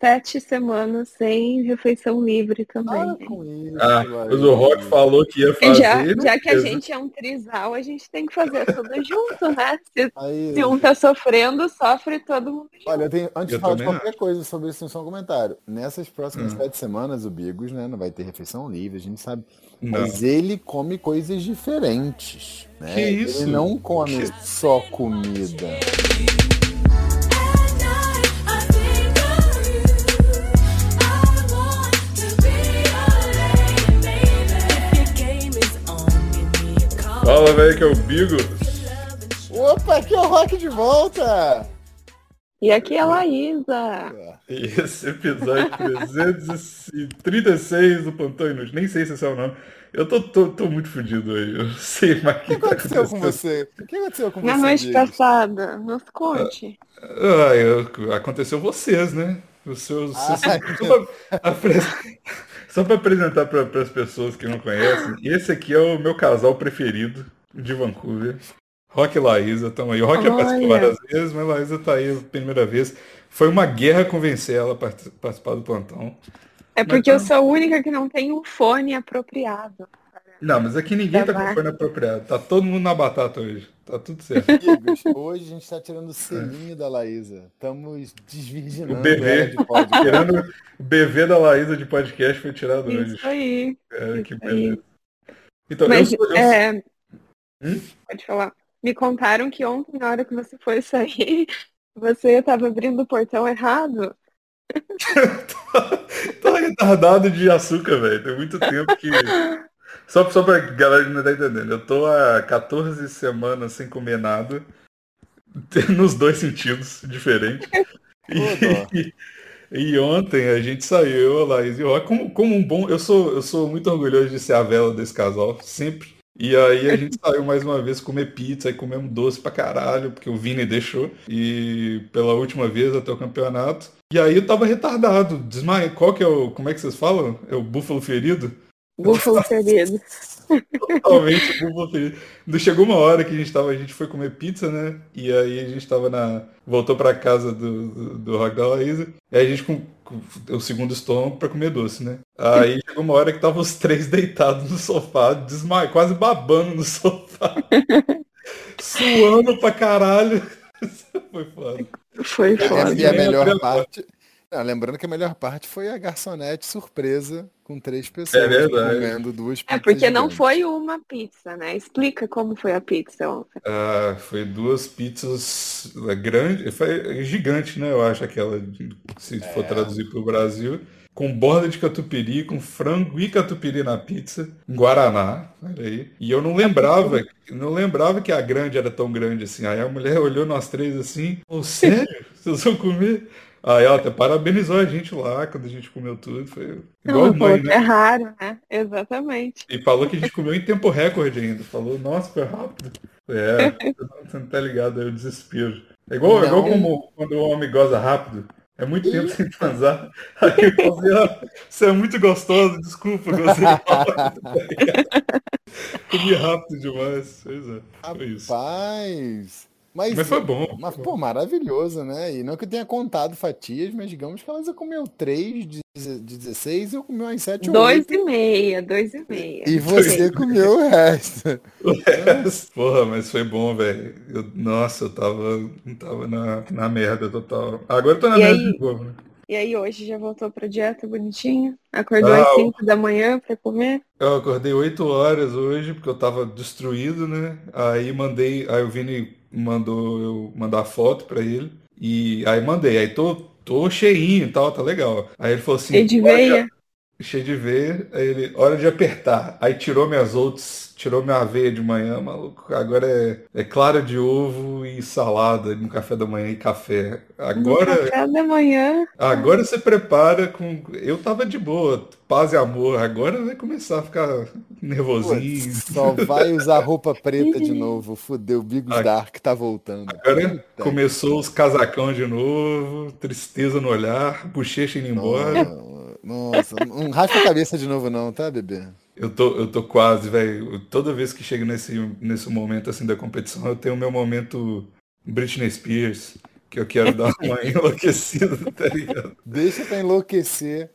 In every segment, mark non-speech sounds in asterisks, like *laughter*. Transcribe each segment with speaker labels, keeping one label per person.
Speaker 1: sete semanas sem refeição livre também.
Speaker 2: Para
Speaker 1: né?
Speaker 2: com isso,
Speaker 3: Ah,
Speaker 2: Laís.
Speaker 3: Mas o Rock falou que ia fazer.
Speaker 1: Já,
Speaker 3: não
Speaker 1: já que a
Speaker 3: fez, né?
Speaker 1: gente é um trisal, a gente tem que fazer tudo junto, né? Se,
Speaker 2: Aí,
Speaker 1: se um tá sofrendo, sofre todo mundo junto.
Speaker 2: Olha, eu tenho, antes de
Speaker 3: Eu
Speaker 2: falar de
Speaker 3: também
Speaker 2: qualquer coisa sobre isso, só um comentário. Nessas próximas
Speaker 3: Hum.
Speaker 2: sete semanas, o Bigos, né, não vai ter refeição livre, a gente sabe.
Speaker 3: Não.
Speaker 2: Mas ele come coisas diferentes, né?
Speaker 3: Que isso?
Speaker 2: Ele não come só comida.
Speaker 3: Fala, velho, que é o Bigo.
Speaker 2: Opa, aqui é o Rock de volta!
Speaker 1: E aqui é a Laísa.
Speaker 3: E esse episódio *laughs* 336 do Plantão Inútil. Nem sei se esse é o nome. Eu tô, tô, tô muito fudido aí. Eu não sei mais
Speaker 2: O que
Speaker 3: o que tá
Speaker 2: aconteceu
Speaker 3: acontecendo.
Speaker 2: com você? O que aconteceu com
Speaker 1: Na
Speaker 2: você,
Speaker 1: noite
Speaker 2: Bigos?
Speaker 1: passada, nos conte.
Speaker 3: Ah, eu- aconteceu vocês, né? Os seus,
Speaker 2: Ah,
Speaker 3: só, pra, apre- só pra apresentar para as pessoas que não conhecem, esse aqui é o meu casal preferido de Vancouver. Rock e Laísa estão aí. O Rock já participou
Speaker 1: Olha.
Speaker 3: várias vezes, mas Laísa tá aí a primeira vez. Foi uma guerra convencer ela a parti- participar do plantão.
Speaker 1: É
Speaker 3: Mas
Speaker 1: porque eu
Speaker 3: não.
Speaker 1: sou a única que não tem um fone apropriado.
Speaker 3: Não, mas aqui ninguém tá com
Speaker 1: Tá
Speaker 3: fone apropriado. Tá todo mundo na batata hoje. Tá tudo certo.
Speaker 2: Bigos, hoje a gente tá tirando o selinho da Laísa. Estamos desvirginando
Speaker 3: O bebê.
Speaker 2: ela de podcast.
Speaker 3: *laughs* Tirando o BV da Laísa de podcast foi tirado hoje.
Speaker 1: Isso aí.
Speaker 3: Cara, que
Speaker 1: isso
Speaker 3: beleza. Então,
Speaker 1: Mas
Speaker 3: eu sou, eu
Speaker 1: é,
Speaker 3: Hum?
Speaker 1: pode falar. Me contaram que ontem, na hora que você foi sair, *laughs* você estava abrindo o portão errado.
Speaker 3: Tá retardado de açúcar, velho. Tem muito tempo que. Só, só pra galera que não tá entendendo. Eu tô há 14 semanas sem comer nada. *laughs* Nos dois sentidos diferentes. E, e ontem a gente saiu, a Laís e o Rock, como, como um bom. Eu sou, eu sou muito orgulhoso de ser a vela desse casal, sempre. E aí a gente saiu mais uma vez comer pizza e comemos doce pra caralho, porque o Vini deixou. E pela última vez até o campeonato. E aí eu tava retardado. Desmaia, qual que é o. Como é que vocês falam? É o búfalo ferido?
Speaker 1: Búfalo ferido.
Speaker 3: Totalmente búfalo ferido. Não Chegou uma hora que a gente tava, a gente foi comer pizza, né? E aí a gente tava na. Voltou pra casa do, do, do Rock da Laísa. E aí a gente com, com o segundo estômago pra comer doce, né? Aí chegou uma hora que tava os três deitados no sofá, desmaia, quase babando no *laughs* sofá. Suando pra caralho. *laughs* Foi foda.
Speaker 1: Foi
Speaker 2: E a-
Speaker 1: foda.
Speaker 2: E a
Speaker 3: Pode.
Speaker 2: melhor
Speaker 3: Pode.
Speaker 2: parte. Não, lembrando que a melhor parte foi a garçonete surpresa com três pessoas
Speaker 3: É verdade.
Speaker 2: comendo duas
Speaker 1: É
Speaker 2: pizzas
Speaker 1: porque não
Speaker 2: gigantes.
Speaker 1: foi uma pizza, né? Explica como foi a pizza ontem.
Speaker 3: Ah, foi duas pizzas é, grande, foi gigante, né? Eu acho aquela, de- se for traduzir para o Brasil, com borda de catupiry, com frango e catupiry na pizza, um guaraná, olha aí. E eu não lembrava, não lembrava que a grande era tão grande assim. Aí a mulher olhou nós três assim, ô, sério? Vocês vão comer? Aí ela até parabenizou a gente lá quando a gente comeu tudo, foi igual
Speaker 1: Ela falou
Speaker 3: mãe,
Speaker 1: que
Speaker 3: né?
Speaker 1: É raro, né? Exatamente.
Speaker 3: E falou que a gente comeu em tempo recorde ainda. Falou, nossa, foi rápido. É, *laughs* você não tá ligado, aí o desespero. É igual, é igual
Speaker 2: Não.
Speaker 3: como quando o homem goza rápido. É muito tempo sem transar. *laughs* Aí eu falei, ó, você é muito gostoso, desculpa, gozei rápido. *laughs* Comi rápido demais. Pois é, foi isso.
Speaker 2: Rapaz! Mas,
Speaker 3: Mas foi bom. *laughs* É,
Speaker 2: mas, pô, maravilhoso, né? E não que eu tenha contado fatias, mas digamos que elas comeu 3 de deze- de 16 e eu comi umas 7 ou
Speaker 1: Dois
Speaker 2: 8.
Speaker 1: e meia, dois e meia.
Speaker 2: E
Speaker 1: *laughs*
Speaker 2: você comeu o resto.
Speaker 3: Mas, Porra, mas foi bom, velho. Eu- Nossa, eu tava, tava na, na merda total. Agora eu tô na
Speaker 1: E
Speaker 3: merda
Speaker 1: aí?
Speaker 3: de novo, né?
Speaker 1: E aí hoje já voltou pra dieta bonitinho? Acordou
Speaker 3: Ah,
Speaker 1: às
Speaker 3: o-
Speaker 1: 5 da manhã pra comer?
Speaker 3: Eu acordei 8 horas hoje, porque eu tava destruído, né? Aí mandei, aí o Vini mandou eu mandar foto pra ele. E aí mandei, aí tô, tô cheinho e tal, tá legal. Aí ele falou assim,
Speaker 1: E de
Speaker 3: "Hora de-
Speaker 1: veia?
Speaker 3: cheio de veia, aí ele, hora de apertar. Aí tirou minhas outras, tirou minha veia de manhã, maluco. Agora é, é clara de ovo e salada no café da manhã e café.
Speaker 1: No
Speaker 3: Agora,
Speaker 1: café da manhã.
Speaker 3: agora você prepara com. Eu tava de boa, paz e amor. Agora vai começar a ficar nervosinho.
Speaker 2: Putz, Só vai usar roupa preta
Speaker 1: Uhum.
Speaker 2: de novo. Fudeu, Bigos
Speaker 3: Ah.
Speaker 2: Dark tá voltando.
Speaker 3: Agora
Speaker 2: Puta
Speaker 3: começou os casacão de novo, tristeza no olhar, bochecha indo embora.
Speaker 2: Não, Nossa, não raspa a cabeça de novo não, tá, bebê?
Speaker 3: Eu tô, eu tô quase, velho. Toda vez que chego nesse, nesse momento assim da competição, eu tenho o meu momento Britney Spears. que eu quero dar uma *laughs* enlouquecida, tá ligado?
Speaker 2: Deixa pra enlouquecer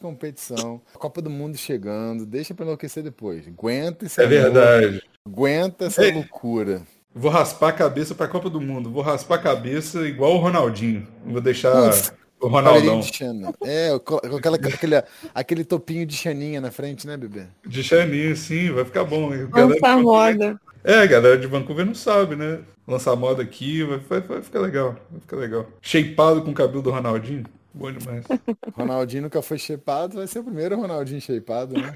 Speaker 2: pós-competição. Copa do Mundo chegando, deixa pra enlouquecer depois. Aguenta esse
Speaker 3: É
Speaker 2: amor,
Speaker 3: verdade.
Speaker 2: Aguenta essa
Speaker 3: É.
Speaker 2: loucura.
Speaker 3: Vou raspar a cabeça pra Copa do Mundo. Vou raspar a cabeça igual o Ronaldinho. Vou deixar
Speaker 2: Nossa,
Speaker 3: o
Speaker 2: Cabelinho
Speaker 3: Ronaldão.
Speaker 2: de Xana. É, com com aquela, com aquele, aquele topinho de Xaninha na frente, né, bebê?
Speaker 3: De Xaninho, sim, vai ficar bom. hein? Galera tá de
Speaker 1: Lança a
Speaker 3: Vancouver-
Speaker 1: moda.
Speaker 3: É, a galera de Vancouver não sabe, né? Lançar a moda aqui, vai, vai, vai ficar legal. Vai ficar legal. Shapeado com o cabelo do Ronaldinho. Bom
Speaker 2: *laughs*
Speaker 3: demais.
Speaker 2: Ronaldinho nunca foi shapeado, vai ser o primeiro Ronaldinho shapeado, né?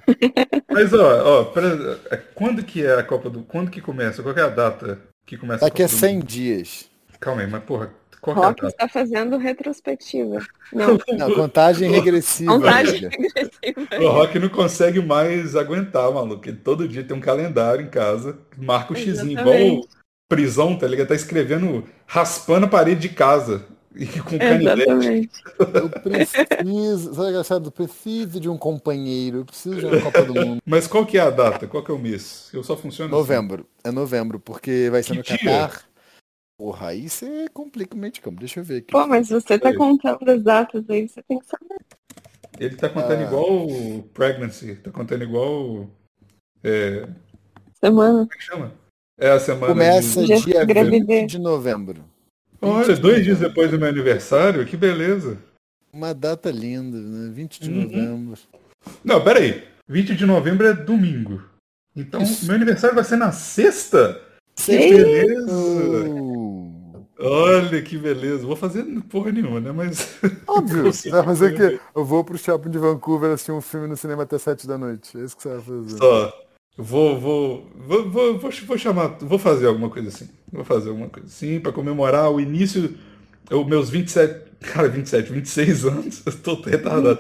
Speaker 3: Mas ó, ó, pra- quando que é a Copa do. Quando que começa? Qual que é a data que começa
Speaker 2: Daqui
Speaker 3: a
Speaker 2: a
Speaker 3: Copa do
Speaker 2: 100
Speaker 3: Mundo?
Speaker 2: dias.
Speaker 3: Calma aí, mas porra, qual que é a
Speaker 1: Rock
Speaker 3: data?
Speaker 1: está fazendo retrospectiva.
Speaker 3: *laughs*
Speaker 1: Não, tá
Speaker 2: Não, contagem regressiva.
Speaker 3: né?
Speaker 1: contagem
Speaker 2: bebê.
Speaker 3: *laughs* O
Speaker 1: regressiva.
Speaker 3: Rock não consegue mais aguentar, maluco. Ele todo dia tem um calendário em casa, marca o xizinho, igual
Speaker 1: Exatamente.
Speaker 3: prisão, tá ligado? Tá escrevendo, raspando a parede de casa. E com canivete.
Speaker 1: Exatamente.
Speaker 2: Eu preciso, sabe engraçado? Eu preciso de um companheiro, eu preciso de uma Copa do Mundo.
Speaker 3: Mas qual que é a data? Qual que é o mês? Eu só funciono
Speaker 2: *laughs*
Speaker 3: assim.
Speaker 2: Novembro. É novembro, porque vai ser
Speaker 3: Que
Speaker 2: no
Speaker 3: dia?
Speaker 2: Catar. Porra, aí você complica o meio de campo. Deixa eu ver aqui.
Speaker 1: Pô, mas você tá contando as datas aí, você tem que saber.
Speaker 3: Ele tá contando
Speaker 2: Ah.
Speaker 3: igual o Pregnancy, tá contando igual. o- É, como
Speaker 1: Semana.
Speaker 3: é que chama? É a semana.
Speaker 2: Começa
Speaker 3: De...
Speaker 1: Gente,
Speaker 2: dia
Speaker 1: gravidez.
Speaker 2: 20 de novembro.
Speaker 3: Olha, dois dias depois do meu aniversário, que beleza.
Speaker 2: Uma data linda, né? 20 de
Speaker 3: Uhum.
Speaker 2: novembro.
Speaker 3: Não, peraí. 20 de novembro é domingo. Então,
Speaker 2: Isso.
Speaker 3: meu aniversário vai ser na sexta? Que
Speaker 1: Ei.
Speaker 3: beleza!
Speaker 2: Oh.
Speaker 3: Olha que beleza. Vou fazer porra nenhuma, né? Mas.
Speaker 2: Óbvio, você vai fazer o quê? Eu vou pro shopping de Vancouver assistir um filme no cinema até 7 da noite. É isso que você vai fazer.
Speaker 3: Só. Vou, vou, vou, vou, vou, vou chamar. Vou fazer alguma coisa assim. Vou fazer alguma coisa assim pra comemorar o início. Os meus 27. Cara, 27, 26 anos. *laughs* Eu tô retardado.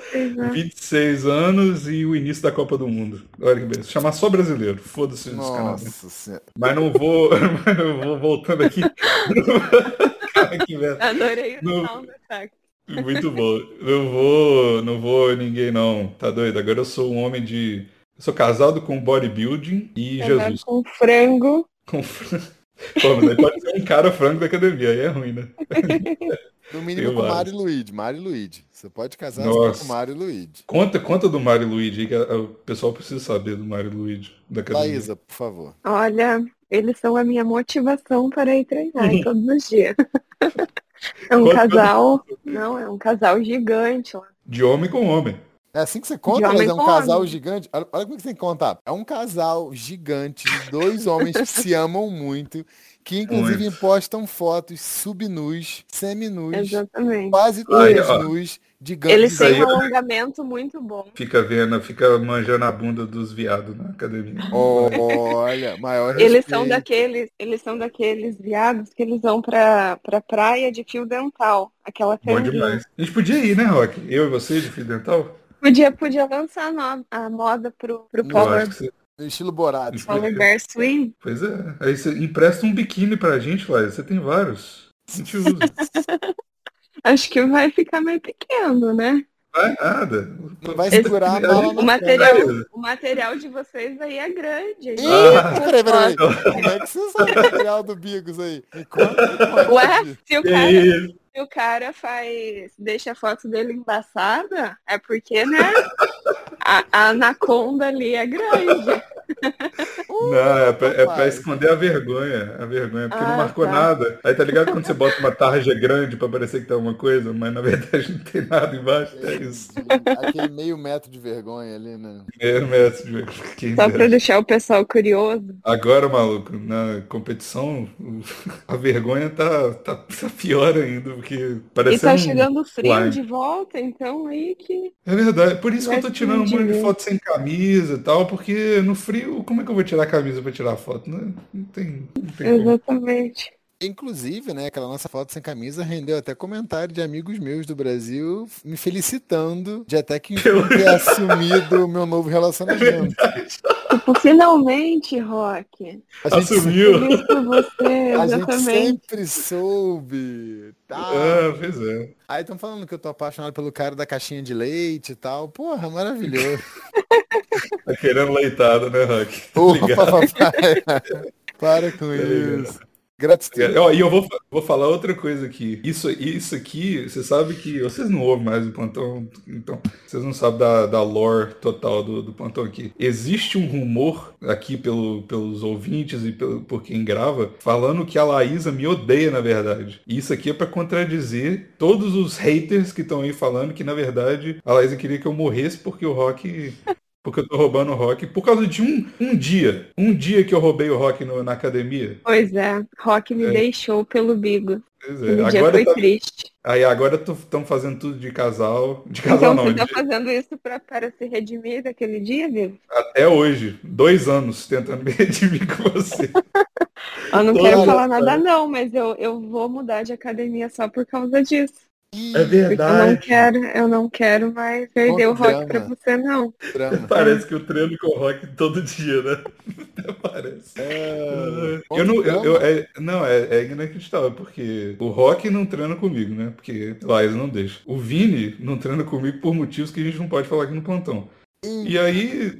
Speaker 3: 26 anos e o início da Copa do Mundo. Olha que beleza. Chamar só brasileiro. Foda-se os canadenses.
Speaker 2: Nossa senhora.
Speaker 3: Mas não vou, *laughs* mas não vou voltando aqui. *laughs* Cara, que merda.
Speaker 1: Adorei o
Speaker 3: Não.
Speaker 1: sound effect.
Speaker 3: Muito bom. Não vou, não vou ninguém não. Tá doido? Agora eu sou um homem de, eu sou casado com bodybuilding e
Speaker 1: Agora
Speaker 3: Jesus.
Speaker 1: Com frango.
Speaker 3: Com... Pô, mas aí pode ser um cara frango da academia, aí é ruim, né?
Speaker 2: No mínimo
Speaker 3: Eu
Speaker 2: com
Speaker 3: acho.
Speaker 2: Mário e Luigi. Mário e Luigi. Você pode casar
Speaker 3: Nossa.
Speaker 2: com Mário e Luigi.
Speaker 3: Conta, conta do Mário Luigi, aí, que a- a- o pessoal precisa saber do Mário Luigi da academia.
Speaker 2: Laísa, por favor.
Speaker 1: Olha, eles são a minha motivação para ir treinar todos os dias. *laughs* É um
Speaker 3: Quanto-
Speaker 1: casal. Não, é um casal gigante lá.
Speaker 3: De homem com homem.
Speaker 2: É assim que você
Speaker 1: De
Speaker 2: conta,
Speaker 1: homem
Speaker 2: mas é um
Speaker 1: com
Speaker 2: casal
Speaker 1: homem.
Speaker 2: gigante. Olha, olha como é que você tem que contar. É um casal gigante de dois homens que se amam muito, que inclusive
Speaker 3: Muito.
Speaker 2: postam fotos subnus, seminus,
Speaker 1: Exatamente.
Speaker 2: quase
Speaker 3: Aí,
Speaker 2: todos
Speaker 3: ó.
Speaker 2: nus, de
Speaker 1: Eles
Speaker 2: gangues.
Speaker 3: Isso aí
Speaker 1: têm um
Speaker 3: é-
Speaker 1: alongamento muito bom.
Speaker 3: Fica vendo, fica manjando a bunda dos viados na academia.
Speaker 2: Olha, maior
Speaker 1: Eles são
Speaker 2: respeito.
Speaker 1: daqueles, eles são daqueles viados que eles vão pra, pra praia de fio dental. Aquela
Speaker 3: Bom
Speaker 1: tanguinha.
Speaker 3: demais. A gente podia ir, né, Rock? Eu e você, de fio dental?
Speaker 1: Podia, podia lançar a, no- a moda pro, pro
Speaker 2: Eu
Speaker 3: Eu acho
Speaker 1: Power,
Speaker 3: que você...
Speaker 2: No estilo Borat.
Speaker 1: Power Bear Swim.
Speaker 3: Pois é. Aí você empresta um biquíni pra gente, lá. Você tem vários. A gente usa.
Speaker 1: Acho que vai ficar meio pequeno, né?
Speaker 3: Vai nada.
Speaker 2: Não vai
Speaker 1: Esse-
Speaker 2: segurar
Speaker 1: *laughs*
Speaker 2: a
Speaker 3: Esse-
Speaker 2: bala
Speaker 1: O
Speaker 2: na
Speaker 1: material,
Speaker 2: cara.
Speaker 1: o material de vocês aí é grande.
Speaker 2: Ih,
Speaker 3: Ah.
Speaker 2: peraí, peraí. Como é que você sabe o material do Bigos aí? Me conta, me conta.
Speaker 1: Ué, se o
Speaker 3: Que
Speaker 1: cara,
Speaker 3: É isso?
Speaker 1: se o cara faz, deixa a foto dele embaçada, é porque, né? A, a anaconda ali é grande.
Speaker 2: Uh,
Speaker 3: Não, é pra, é pra
Speaker 2: rapaz.
Speaker 3: esconder a vergonha. A vergonha, porque não
Speaker 1: Ah,
Speaker 3: marcou
Speaker 1: tá.
Speaker 3: nada. Aí tá ligado quando você bota uma tarja grande pra parecer que tá alguma coisa, mas na verdade não tem nada embaixo. É isso.
Speaker 2: Aquele meio metro de vergonha ali, né?
Speaker 3: É, mestre. Quem
Speaker 1: Só
Speaker 3: dera.
Speaker 1: pra deixar o pessoal curioso.
Speaker 3: Agora, maluco, na competição, a vergonha tá, tá, tá pior ainda, porque
Speaker 1: E
Speaker 3: parece
Speaker 1: tá
Speaker 3: um-
Speaker 1: chegando o frio
Speaker 3: Uai.
Speaker 1: de volta, então aí que.
Speaker 3: É verdade, por isso que eu tô
Speaker 1: Parece
Speaker 3: tirando
Speaker 1: um
Speaker 3: um monte de
Speaker 1: dinheiro.
Speaker 3: foto sem camisa e tal, porque no frio, como é que eu vou tirar a camisa pra tirar a foto? Não, não tem, não tem como.
Speaker 1: Exatamente.
Speaker 2: Inclusive, né, aquela nossa foto sem camisa rendeu até comentário de amigos meus do Brasil me felicitando de até
Speaker 3: *laughs*
Speaker 2: que enfim ter assumido o meu novo relacionamento.
Speaker 1: Tipo, finalmente, Rock.
Speaker 2: A gente,
Speaker 3: Assumiu.
Speaker 1: Feliz por você,
Speaker 2: a gente
Speaker 1: exatamente.
Speaker 2: sempre soube. Tá.
Speaker 3: Ah, pois é.
Speaker 2: Aí estão falando que eu tô apaixonado pelo cara da caixinha de leite e tal. Porra,
Speaker 3: *laughs*
Speaker 2: maravilhoso.
Speaker 3: Tá querendo leitada, né, Rock? *laughs*
Speaker 2: Porra,
Speaker 3: Ligado.
Speaker 2: papai. *laughs* Para com
Speaker 3: ligado.
Speaker 2: isso. Gratidão.
Speaker 3: É, ó, e eu vou, fa- vou falar outra coisa aqui. Isso, isso aqui, você sabe que. Vocês não ouvem mais o plantão, então. Vocês não sabem da, da lore total do, do plantão aqui. Existe um rumor aqui pelo, pelos ouvintes e pelo, por quem grava, falando que a Laísa me odeia, na verdade. E isso aqui é pra contradizer todos os haters que estão aí falando que, na verdade, a Laísa queria que eu morresse porque o Rock. Porque eu tô roubando o Rock por causa de um, um dia. Um dia que eu roubei o Rock no- na academia.
Speaker 1: Pois é, Rock me
Speaker 3: É.
Speaker 1: deixou pelo bigo.
Speaker 3: Pois é,
Speaker 1: O Um dia
Speaker 3: agora
Speaker 1: foi
Speaker 3: tá-
Speaker 1: triste.
Speaker 3: aí agora estão fazendo tudo de casal, de casal
Speaker 1: Então
Speaker 3: não,
Speaker 1: você tá
Speaker 3: de-
Speaker 1: fazendo isso pra, para se redimir daquele dia, Bigo?
Speaker 3: até hoje, dois anos tentando *laughs* me redimir com você.
Speaker 1: Eu não
Speaker 3: Olha,
Speaker 1: quero falar
Speaker 3: cara.
Speaker 1: nada não, mas eu, eu vou mudar de academia só por causa disso.
Speaker 2: Ih,
Speaker 3: É
Speaker 1: Porque eu não
Speaker 3: verdade.
Speaker 1: quero, eu não quero mais perder
Speaker 2: Quanto
Speaker 1: o rock
Speaker 2: drama.
Speaker 1: pra você, não.
Speaker 2: drama.
Speaker 3: Parece que eu treino com o Rock todo dia, né? *laughs* Até parece.
Speaker 2: É,
Speaker 3: Eu não, eu, eu- é, não é, é inacreditável, porque o Rock não treina comigo, né? Porque Laís não deixa. O Vini não treina comigo por motivos que a gente não pode falar aqui no plantão. E aí.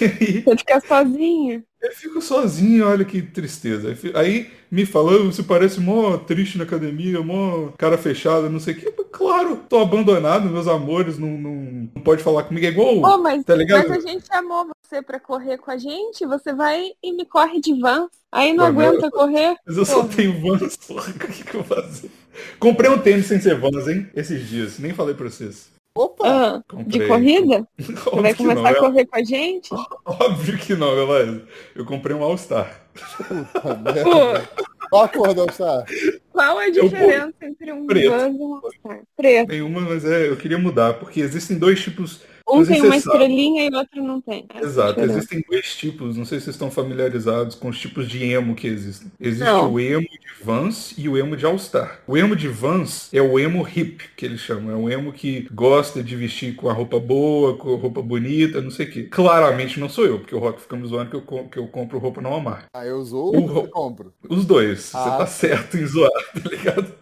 Speaker 3: e aí
Speaker 1: Você fica sozinha.
Speaker 3: Eu fico sozinho, olha que tristeza. Eu fi- Aí me falou, você parece mó triste na academia, mó cara fechada, não sei o quê. Mas, Claro, tô abandonado, meus amores não, não, não pode falar comigo. É
Speaker 1: Ô,
Speaker 3: igual.
Speaker 1: mas,
Speaker 3: Tá ligado?
Speaker 1: mas a gente chamou você pra correr com a gente, você vai e me corre de van. Aí não
Speaker 3: Pô, meu-
Speaker 1: aguenta correr.
Speaker 3: Mas eu só
Speaker 1: Porra.
Speaker 3: tenho Vans, *laughs* porra, o que, que eu vou fazer? Comprei um tênis sem ser Vans, hein? Esses dias, nem falei pra vocês. *laughs*
Speaker 1: *laughs*
Speaker 2: Opa!
Speaker 1: Ah,
Speaker 3: Tá. Comprei.
Speaker 1: de corrida? Você
Speaker 3: Óbvio
Speaker 1: vai
Speaker 3: que não,
Speaker 1: começar a
Speaker 3: é-
Speaker 1: correr com a gente?
Speaker 3: óbvio que não, galera. Eu comprei um All-Star.
Speaker 2: Puta merda.
Speaker 1: Pô,
Speaker 2: Ó, acordou, está.
Speaker 1: qual a
Speaker 3: É, vou-
Speaker 1: diferença entre um
Speaker 3: Preto.
Speaker 1: van e um All-Star? Preto.
Speaker 3: Nenhuma, mas é, eu queria mudar, porque existem dois tipos
Speaker 1: Um
Speaker 3: Mas
Speaker 1: tem
Speaker 3: você
Speaker 1: uma
Speaker 3: sabe.
Speaker 1: estrelinha e o outro não tem. Essa é a
Speaker 3: Exato,
Speaker 1: diferença.
Speaker 3: existem dois tipos, não sei se vocês estão familiarizados com os tipos de emo que existem. Existe
Speaker 1: Não.
Speaker 3: o emo de Vans e o emo de All-Star. O emo de Vans é o emo hip, que eles chamam. É um emo que gosta de vestir com a roupa boa, com a roupa bonita, não sei o quê. Claramente não sou eu, porque o Rock fica me zoando que eu, com- que eu compro roupa na Walmart.
Speaker 2: Ah, eu usou,
Speaker 3: Uhum.
Speaker 2: eu compro.
Speaker 3: Os dois, você
Speaker 2: Ah.
Speaker 3: tá certo em zoar, *laughs* tá ligado?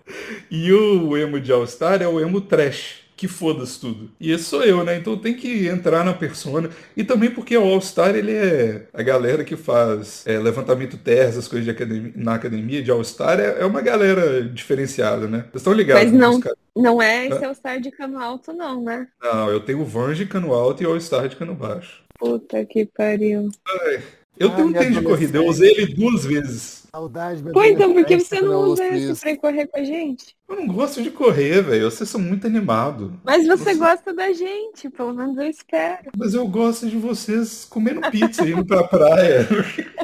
Speaker 3: E o emo de All-Star é o emo trash, que foda-se tudo. E esse sou eu, né? Então tem que entrar na persona. E também porque o All-Star, ele é a galera que faz é, levantamento terra, essas coisas de academia, na academia de All-Star, é, é uma galera diferenciada, né? Vocês estão ligados?
Speaker 1: Mas
Speaker 3: né,
Speaker 1: não.
Speaker 3: os caras?
Speaker 1: Não é esse é o sar de cano alto, não, né?
Speaker 3: Não, eu tenho o Vans de cano alto e o All-Star de cano baixo.
Speaker 1: Puta que pariu.
Speaker 3: Eu
Speaker 2: Ah,
Speaker 3: tenho um
Speaker 2: minha
Speaker 3: tênis de corrida, eu usei ele duas vezes.
Speaker 2: Saudade, meu
Speaker 1: Pô, então por que
Speaker 2: adolescência,
Speaker 1: você não
Speaker 2: eu
Speaker 1: usa
Speaker 2: ouço
Speaker 1: esse pra ir correr com a gente?
Speaker 3: Eu não gosto de correr, velho. Vocês são muito animados.
Speaker 1: Mas você
Speaker 3: Nossa.
Speaker 1: gosta da gente, pelo menos eu espero.
Speaker 3: Mas eu gosto de vocês comendo pizza, indo pra praia. *laughs*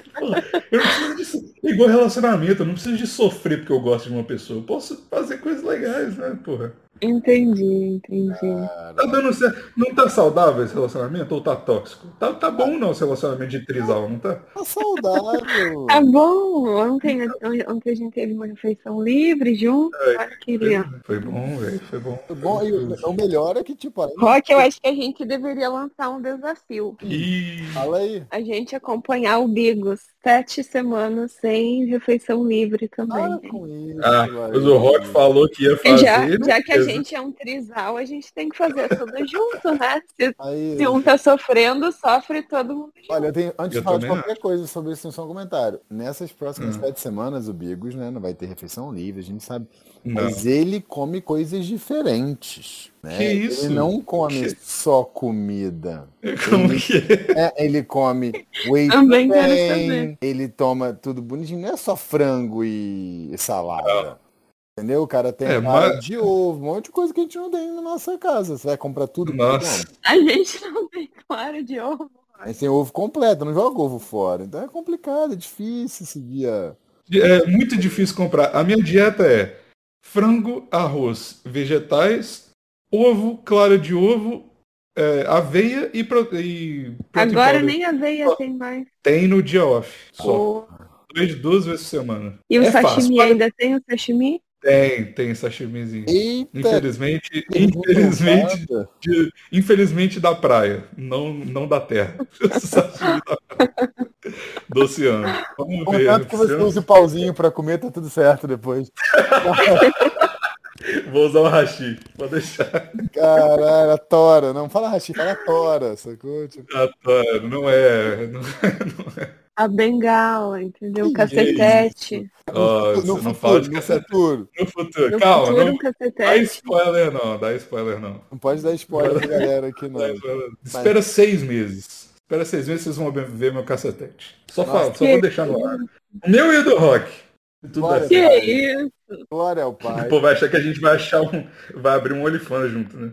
Speaker 3: Eu não preciso de... é Igual relacionamento, eu não preciso de sofrer porque eu gosto de uma pessoa. Eu posso fazer coisas legais, né, porra?
Speaker 1: Entendi, entendi.
Speaker 2: Cara,
Speaker 3: Tá dando certo. Não tá saudável esse relacionamento ou tá tóxico? Tá, tá bom não esse relacionamento de trisal, não tá?
Speaker 1: *laughs*
Speaker 2: tá saudável.
Speaker 1: Tá bom, ontem, ontem a gente teve uma refeição livre junto, olha que lindo.
Speaker 3: Foi bom, velho, foi bom.
Speaker 2: Foi Bom, e o o melhor é que, tipo, olha,
Speaker 1: Rock, eu acho que a gente deveria lançar um desafio.
Speaker 3: E...
Speaker 2: fala aí.
Speaker 1: A gente acompanhar o Bigos sete semanas sem refeição livre
Speaker 2: Para
Speaker 1: também.
Speaker 2: com isso.
Speaker 3: Ah,
Speaker 2: velho.
Speaker 3: mas o Rock falou que ia
Speaker 1: E
Speaker 3: fazer.
Speaker 1: É,
Speaker 3: né?
Speaker 1: Já,
Speaker 3: não
Speaker 1: já que a
Speaker 3: fez,
Speaker 1: gente é um trisal, a gente tem que fazer
Speaker 3: *laughs*
Speaker 1: tudo junto, né? Se,
Speaker 2: Aí,
Speaker 1: se um tá sofrendo, sofre todo mundo.
Speaker 2: Olha, eu tenho, antes
Speaker 3: Eu
Speaker 2: de falar de
Speaker 3: também
Speaker 2: qualquer coisa sobre isso, só um comentário. Nessas próximas
Speaker 3: Hum.
Speaker 2: sete semanas, o Bigos, né, não vai ter refeição livre, a gente sabe.
Speaker 3: Não.
Speaker 2: Mas ele come coisas diferentes. Né?
Speaker 3: Que isso?
Speaker 2: Ele não come
Speaker 3: Que-
Speaker 2: só comida.
Speaker 3: *laughs* Como que é?
Speaker 2: É, ele come whey
Speaker 1: Também quero saber.
Speaker 2: protein, ele toma tudo bonitinho. Não é só frango e salada. Entendeu? O cara tem
Speaker 3: É,
Speaker 2: cara
Speaker 3: mas-
Speaker 2: de ovo, um monte de coisa que a gente não tem na nossa casa. Você vai comprar tudo que
Speaker 3: Nossa.
Speaker 2: come.
Speaker 1: A gente não tem clara de ovo.
Speaker 2: Aí tem ovo completo, não joga ovo fora. Então é complicado, é difícil seguir a...
Speaker 3: É muito difícil comprar. A minha dieta é frango, arroz, vegetais, ovo, clara de ovo, é, aveia e, pro... e protein
Speaker 1: Agora
Speaker 3: powder.
Speaker 1: nem aveia tem mais.
Speaker 3: tem no dia off. Só
Speaker 1: Pô.
Speaker 3: dois, duas vezes por semana.
Speaker 1: E o
Speaker 3: É fácil,
Speaker 1: sashimi
Speaker 3: para-
Speaker 1: ainda tem o sashimi?
Speaker 3: Tem, tem sashimizinho.
Speaker 2: Eita!
Speaker 3: Infelizmente,
Speaker 2: que
Speaker 3: infelizmente,
Speaker 2: revoltada.
Speaker 3: de- infelizmente da praia, não, não da terra. *laughs* Sashimi da praia. Do oceano. Vamos ver.
Speaker 2: Contanto que você
Speaker 3: oceano.
Speaker 2: use o pauzinho pra comer, tá tudo certo depois.
Speaker 3: Vou usar o hashi, pode deixar.
Speaker 2: Caralho, a Tora. Não fala hashi, fala Tora, sacou? Tipo,
Speaker 3: Ah, tá, não é. Não é, não é.
Speaker 1: A bengala, entendeu? O
Speaker 2: Que isso?
Speaker 1: cacetete.
Speaker 3: Ó, Ah, você não fala de
Speaker 2: no
Speaker 3: cacete.
Speaker 2: futuro.
Speaker 3: No futuro,
Speaker 1: No
Speaker 3: calma,
Speaker 1: futuro,
Speaker 3: não
Speaker 1: um
Speaker 3: dá
Speaker 1: cacetete.
Speaker 3: spoiler não, dá spoiler não.
Speaker 2: Não pode dar spoiler
Speaker 3: *laughs*
Speaker 2: pra galera aqui, não.
Speaker 3: Dá spoiler. Espera seis meses. Espera seis meses, vocês vão ver meu cacetete. Só
Speaker 2: Nossa,
Speaker 3: falo, só
Speaker 1: que-
Speaker 3: vou deixar no ar. O meu e o do rock. Se tudo
Speaker 2: Bora.
Speaker 3: assim. der
Speaker 1: Que
Speaker 3: certo.
Speaker 1: isso?
Speaker 2: Glória ao Pai.
Speaker 3: Pô, vai achar que a gente vai achar um. Vai abrir um olifante junto, né?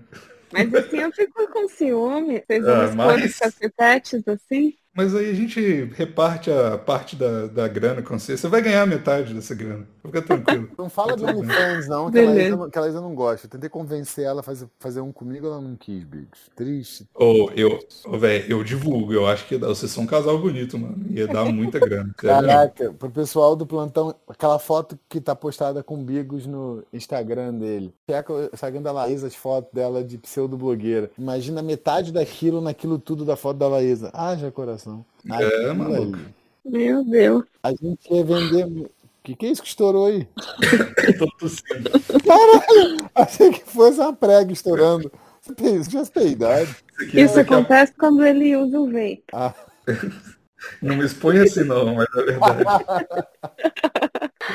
Speaker 1: Mas assim, eu fico com ciúme. Vocês
Speaker 3: Ah,
Speaker 1: vão expor
Speaker 3: mas-
Speaker 1: os cacetetes assim?
Speaker 3: Mas aí a gente reparte a parte da, da grana com você. Você vai ganhar metade dessa grana. Fica tranquilo.
Speaker 2: Não fala de
Speaker 3: Tá tudo bem.
Speaker 2: OnlyFans, não, que a Laísa
Speaker 1: Beleza.
Speaker 2: não- que a Laísa não gosta. Eu tentei convencer ela a fazer, fazer um comigo, ela não quis, Biggs. Triste.
Speaker 3: Ô, eu, ô, véi, eu divulgo, eu acho que dá. vocês são um casal bonito, mano. Ia dar muita grana. sério.
Speaker 2: Caraca, pro pessoal do plantão, aquela foto que tá postada com o Bigos no Instagram dele. é Checa o Instagram da Laísa, as fotos dela de pseudo-blogueira. Imagina metade daquilo naquilo tudo da foto da Laísa. Haja coração. Aquilo ali.
Speaker 3: É, maluco.
Speaker 1: Meu Deus.
Speaker 2: A gente ia vender. mu- Que que é isso que estourou aí? *laughs*
Speaker 3: Eu tô tossindo.
Speaker 2: Achei que fosse uma prega estourando. Você tem isso? Já tem idade.
Speaker 3: Isso aqui é
Speaker 1: Isso
Speaker 3: daqui a-
Speaker 1: acontece quando ele usa o vape.
Speaker 2: Ah,
Speaker 3: Não me exponha assim, não, mas é
Speaker 1: *laughs*
Speaker 3: verdade.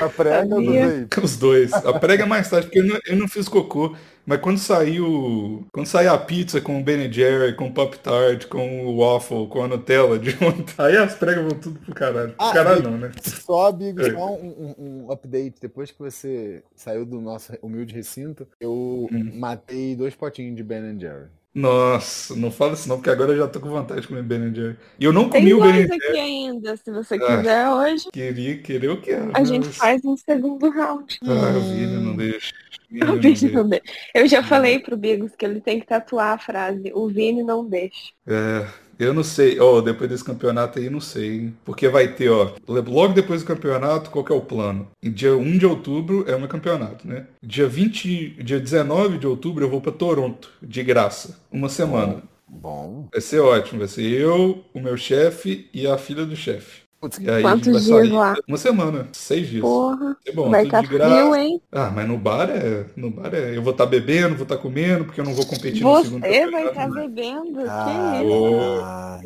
Speaker 2: a prega do
Speaker 1: Sabia.
Speaker 2: veio.
Speaker 3: Os dois. A prega é mais tarde, porque eu não, eu não fiz cocô. Mas quando saiu. Quando saiu a pizza com o Ben Jerry, com o Pop Tart, com o Waffle, com a Nutella de ontem. Aí as pregas vão tudo pro caralho. Pro
Speaker 2: Ah,
Speaker 3: caralho
Speaker 2: e-
Speaker 3: não, né?
Speaker 2: Só, Bigos, só um, um- um update. Depois que você saiu do nosso humilde recinto, eu
Speaker 3: Hum.
Speaker 2: matei dois potinhos de Ben Jerry.
Speaker 3: Nossa, não fala isso não, porque agora eu já tô com vontade de comer Ben Jerry. E eu não comi
Speaker 1: Tem
Speaker 3: o Ben
Speaker 1: mais
Speaker 3: Jerry.
Speaker 1: aqui ainda, se você
Speaker 3: Ah.
Speaker 1: quiser hoje.
Speaker 3: Queria, queria, eu quero.
Speaker 1: A gente
Speaker 3: mas-
Speaker 1: faz um segundo round.
Speaker 3: Ah, o vídeo não deixa. O
Speaker 1: O
Speaker 3: vídeo
Speaker 1: *laughs*
Speaker 3: não
Speaker 1: Vini
Speaker 3: deixa.
Speaker 1: não deixa. Eu
Speaker 3: É.
Speaker 1: já falei pro Bigos que ele tem que tatuar a frase. O Vini não deixa.
Speaker 3: É, eu não sei. Ó, depois desse campeonato aí, não sei, hein? Porque vai ter, ó, logo depois do campeonato, qual que é o plano? Em dia 1 de outubro é o meu campeonato, né? Dia 20, dia 19 de outubro eu vou pra Toronto, de graça, uma semana.
Speaker 2: Bom.
Speaker 3: Vai ser ótimo, vai ser eu, o meu chefe e a filha do chefe.
Speaker 2: Putz,
Speaker 3: E aí a gente
Speaker 1: Quantos
Speaker 3: vai
Speaker 1: dias
Speaker 3: sair
Speaker 1: lá?
Speaker 3: uma semana, seis dias.
Speaker 1: Porra.
Speaker 3: É bom,
Speaker 1: Vai
Speaker 3: tudo
Speaker 1: estar
Speaker 3: de
Speaker 1: frio,
Speaker 3: graça.
Speaker 1: hein?
Speaker 3: Ah, mas no bar é, no bar é, eu vou estar bebendo, vou estar comendo, porque eu não vou competir no segundo
Speaker 1: Você
Speaker 3: campeonato.
Speaker 1: vai estar
Speaker 3: né?
Speaker 1: bebendo.
Speaker 2: Ah,
Speaker 1: que isso?
Speaker 2: ah,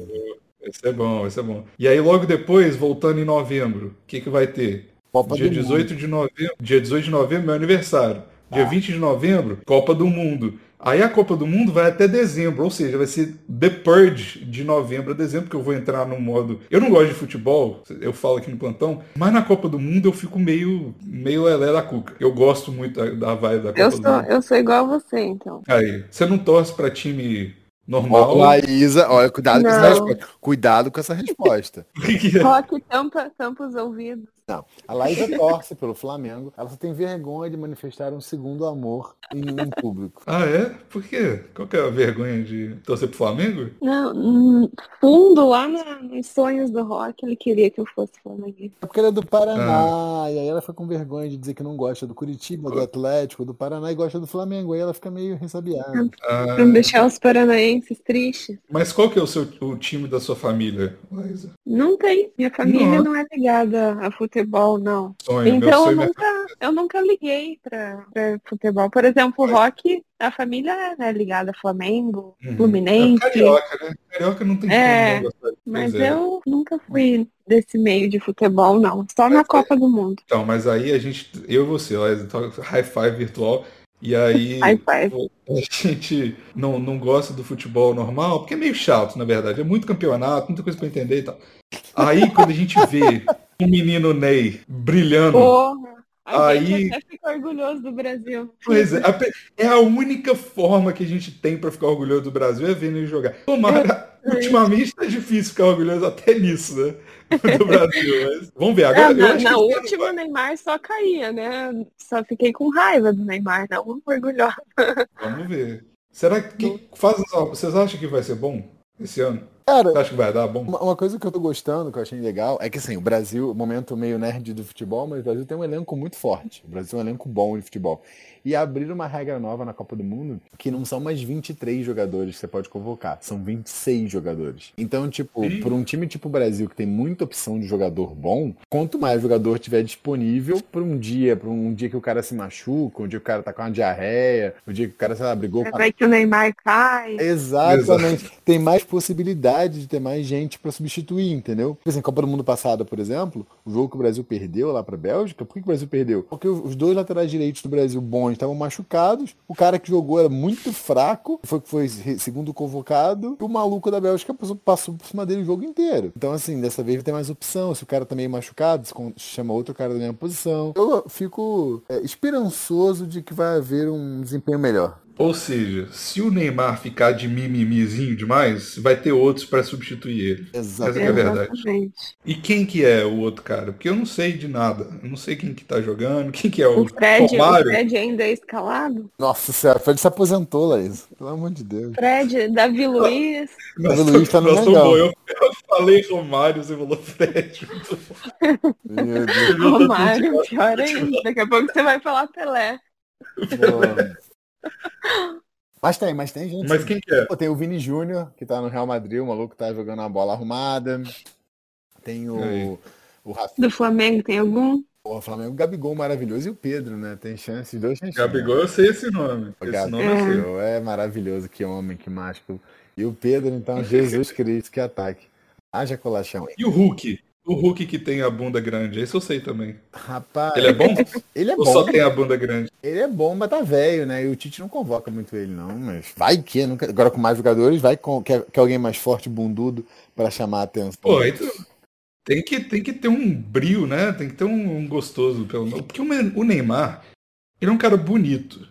Speaker 3: Esse é bom, esse é bom. E aí logo depois, voltando em novembro, o que que vai ter?
Speaker 2: Copa
Speaker 3: Dia
Speaker 2: do
Speaker 3: 18 de novembro, dia 18 de novembro é meu aniversário. Dia
Speaker 2: Tá.
Speaker 3: 20 de novembro, Copa do Mundo. Aí a Copa do Mundo vai até dezembro, ou seja, vai ser The Purge de novembro a dezembro, que eu vou entrar no modo. Eu não gosto de futebol, eu falo aqui no plantão, mas na Copa do Mundo eu fico meio, meio lelé da cuca. Eu gosto muito da, da vibe da Copa
Speaker 1: Eu
Speaker 3: do
Speaker 1: sou,
Speaker 3: Mundo.
Speaker 1: eu sou igual a você,
Speaker 3: *laughs*
Speaker 1: então.
Speaker 3: Aí, você não torce pra time
Speaker 2: Ó,
Speaker 3: normal? *laughs*
Speaker 2: Laísa, olha, cuidado com essa
Speaker 1: Não.
Speaker 2: resposta. Cuidado com essa resposta.
Speaker 3: é?
Speaker 1: Rock tampa, tampa os ouvidos.
Speaker 2: A *laughs* Laísa torce pelo Flamengo. Ela só tem vergonha de manifestar um segundo amor em, em público.
Speaker 3: Ah, é? Por quê? Qual que é a vergonha de torcer pro Flamengo?
Speaker 1: Não, hum, fundo lá na- nos sonhos do rock, ele queria que eu fosse flamenguista.
Speaker 2: É porque ela é do Paraná.
Speaker 3: Ah.
Speaker 2: E aí ela foi com vergonha de dizer que não gosta do Curitiba, do Atlético, do Paraná e gosta do Flamengo. Aí ela fica meio ressabiada.
Speaker 3: Ah,
Speaker 1: Pra não deixar os paranaenses tristes.
Speaker 3: mas qual que é o seu o time da sua família, Laísa?
Speaker 1: Não tem. Minha família
Speaker 3: Não.
Speaker 1: não, é ligada a futebol, não.
Speaker 3: Sonho, meu
Speaker 1: Então eu
Speaker 3: sonho é...
Speaker 1: nunca, eu nunca liguei pra, pra futebol. Por exemplo, o rock, a família é né, ligada a Flamengo,
Speaker 3: Uhum. É
Speaker 1: Fluminense.
Speaker 3: carioca, né? Carioca não tem
Speaker 1: É,
Speaker 3: como não gostar.
Speaker 1: Mas
Speaker 3: Pois é.
Speaker 1: eu nunca fui desse meio de futebol, não. Só na Copa do Mundo.
Speaker 3: Então, mas aí a gente, eu e você, Laísa, toca high five virtual, e aí
Speaker 1: *laughs* High five.
Speaker 3: a gente não, não gosta do futebol normal, porque é meio chato, na verdade. É muito campeonato, muita coisa pra entender e tal. Aí quando a gente vê o menino Ney
Speaker 1: *laughs*
Speaker 3: brilhando...
Speaker 1: Porra! A
Speaker 3: Aí-
Speaker 1: gente até fica orgulhoso do Brasil.
Speaker 3: Pois é, a pe- é a única forma que a gente tem pra ficar orgulhoso do Brasil é vendo ele jogar. Tomara,
Speaker 1: É, é.
Speaker 3: ultimamente tá difícil ficar orgulhoso até nisso, né? *laughs* Do Brasil. mas vamos ver agora.
Speaker 1: Ah,
Speaker 3: eu
Speaker 1: na
Speaker 3: acho
Speaker 1: na
Speaker 3: que esse ano
Speaker 1: última, o Neymar só caía, né? Só fiquei com raiva do Neymar, né? não orgulhosa.
Speaker 3: vai- Vamos ver. Será que faz, vocês acham que vai ser bom esse ano?
Speaker 2: Cara,
Speaker 3: Você acha que vai dar bom?
Speaker 2: Uma, uma coisa que eu tô gostando, que eu achei legal, é que assim, o Brasil, momento meio nerd do futebol, mas o Brasil tem um elenco muito forte. O Brasil é um elenco bom de futebol. E abriram uma regra nova na Copa do Mundo, que não são mais 23 jogadores que você pode convocar, são 26 jogadores. Então, tipo,
Speaker 3: Ih.
Speaker 2: por um time tipo o Brasil, que tem muita opção de jogador bom, quanto mais jogador tiver disponível pra um dia, pra um dia que o cara se machuca, um dia que o cara tá com uma diarreia, um dia que o cara, sei lá, brigou com a
Speaker 1: Vai é que o Neymar
Speaker 3: É
Speaker 1: cai.
Speaker 2: Exatamente. Tem mais possibilidade de ter mais gente pra substituir, entendeu? Por exemplo, Copa do Mundo passada, por exemplo, o jogo que o Brasil perdeu lá pra Bélgica, por que que o Brasil perdeu? Porque os dois laterais direitos do Brasil bons estavam machucados, o cara que jogou era muito fraco, foi foi re- segundo convocado, e o maluco da Bélgica passou, passou por cima dele o jogo inteiro. Então, assim, dessa vez tem mais opção. Se o cara tá meio machucado, se con- chama outro cara da mesma posição. Eu fico é, esperançoso de que vai haver um desempenho melhor.
Speaker 3: Ou seja, se o Neymar ficar de mimimizinho demais, vai ter outros pra substituir ele.
Speaker 2: Exatamente.
Speaker 3: é verdade.
Speaker 1: Exatamente.
Speaker 3: E quem que é o outro cara? Porque eu não sei de nada. Eu não sei quem que tá jogando, quem que é o,
Speaker 1: O Fred, o
Speaker 3: Romário?
Speaker 1: Fred ainda é escalado?
Speaker 2: Nossa senhora, o Fred se aposentou, Laís. Pelo amor de Deus.
Speaker 1: Fred, Davi Luiz.
Speaker 3: Nós
Speaker 2: Davi Luiz tá no
Speaker 3: nós somos
Speaker 2: Mengão.
Speaker 3: bom. eu, eu falei Romário, você falou Fred. Muito bom.
Speaker 2: Meu Deus.
Speaker 3: um
Speaker 1: Romário, pior ainda. Daqui a pouco você vai falar Pelé.
Speaker 2: pô. Mas tem, mas tem gente.
Speaker 3: Mas quem que é?
Speaker 2: Pô, tem o Vini Júnior, que tá no Real Madrid, o maluco tá jogando uma bola arrumada. Tem
Speaker 3: Aí.
Speaker 2: o, o Rafinha,
Speaker 1: Do Flamengo tem algum?
Speaker 2: o Flamengo, o Gabigol maravilhoso e o Pedro, né? Tem chance, os dois tem chance.
Speaker 3: Gabigol, eu sei esse nome.
Speaker 2: O
Speaker 3: Esse nome eu sei.
Speaker 2: Gabigol é maravilhoso, que homem, que mágico. E o Pedro, então, Jesus Cristo, que ataque. Haja colachão.
Speaker 3: E o Hulk? O Hulk que tem a bunda grande, esse eu sei também.
Speaker 2: Rapaz,
Speaker 3: Ele é bom?
Speaker 2: ele Ah, *laughs* é
Speaker 3: Ou
Speaker 2: bom.
Speaker 3: só tem a bunda grande?
Speaker 2: Ele é bom, mas tá velho, né? E o Tite não convoca muito ele, não. Mas vai que, nunca... agora com mais jogadores, vai com... quer, quer alguém mais forte, bundudo, pra chamar a atenção.
Speaker 3: Pô, aí tu- tem, que, tem que ter um brilho, né? Tem que ter um, um gostoso, pelo menos. Porque o Ne- o Neymar, ele é um cara bonito.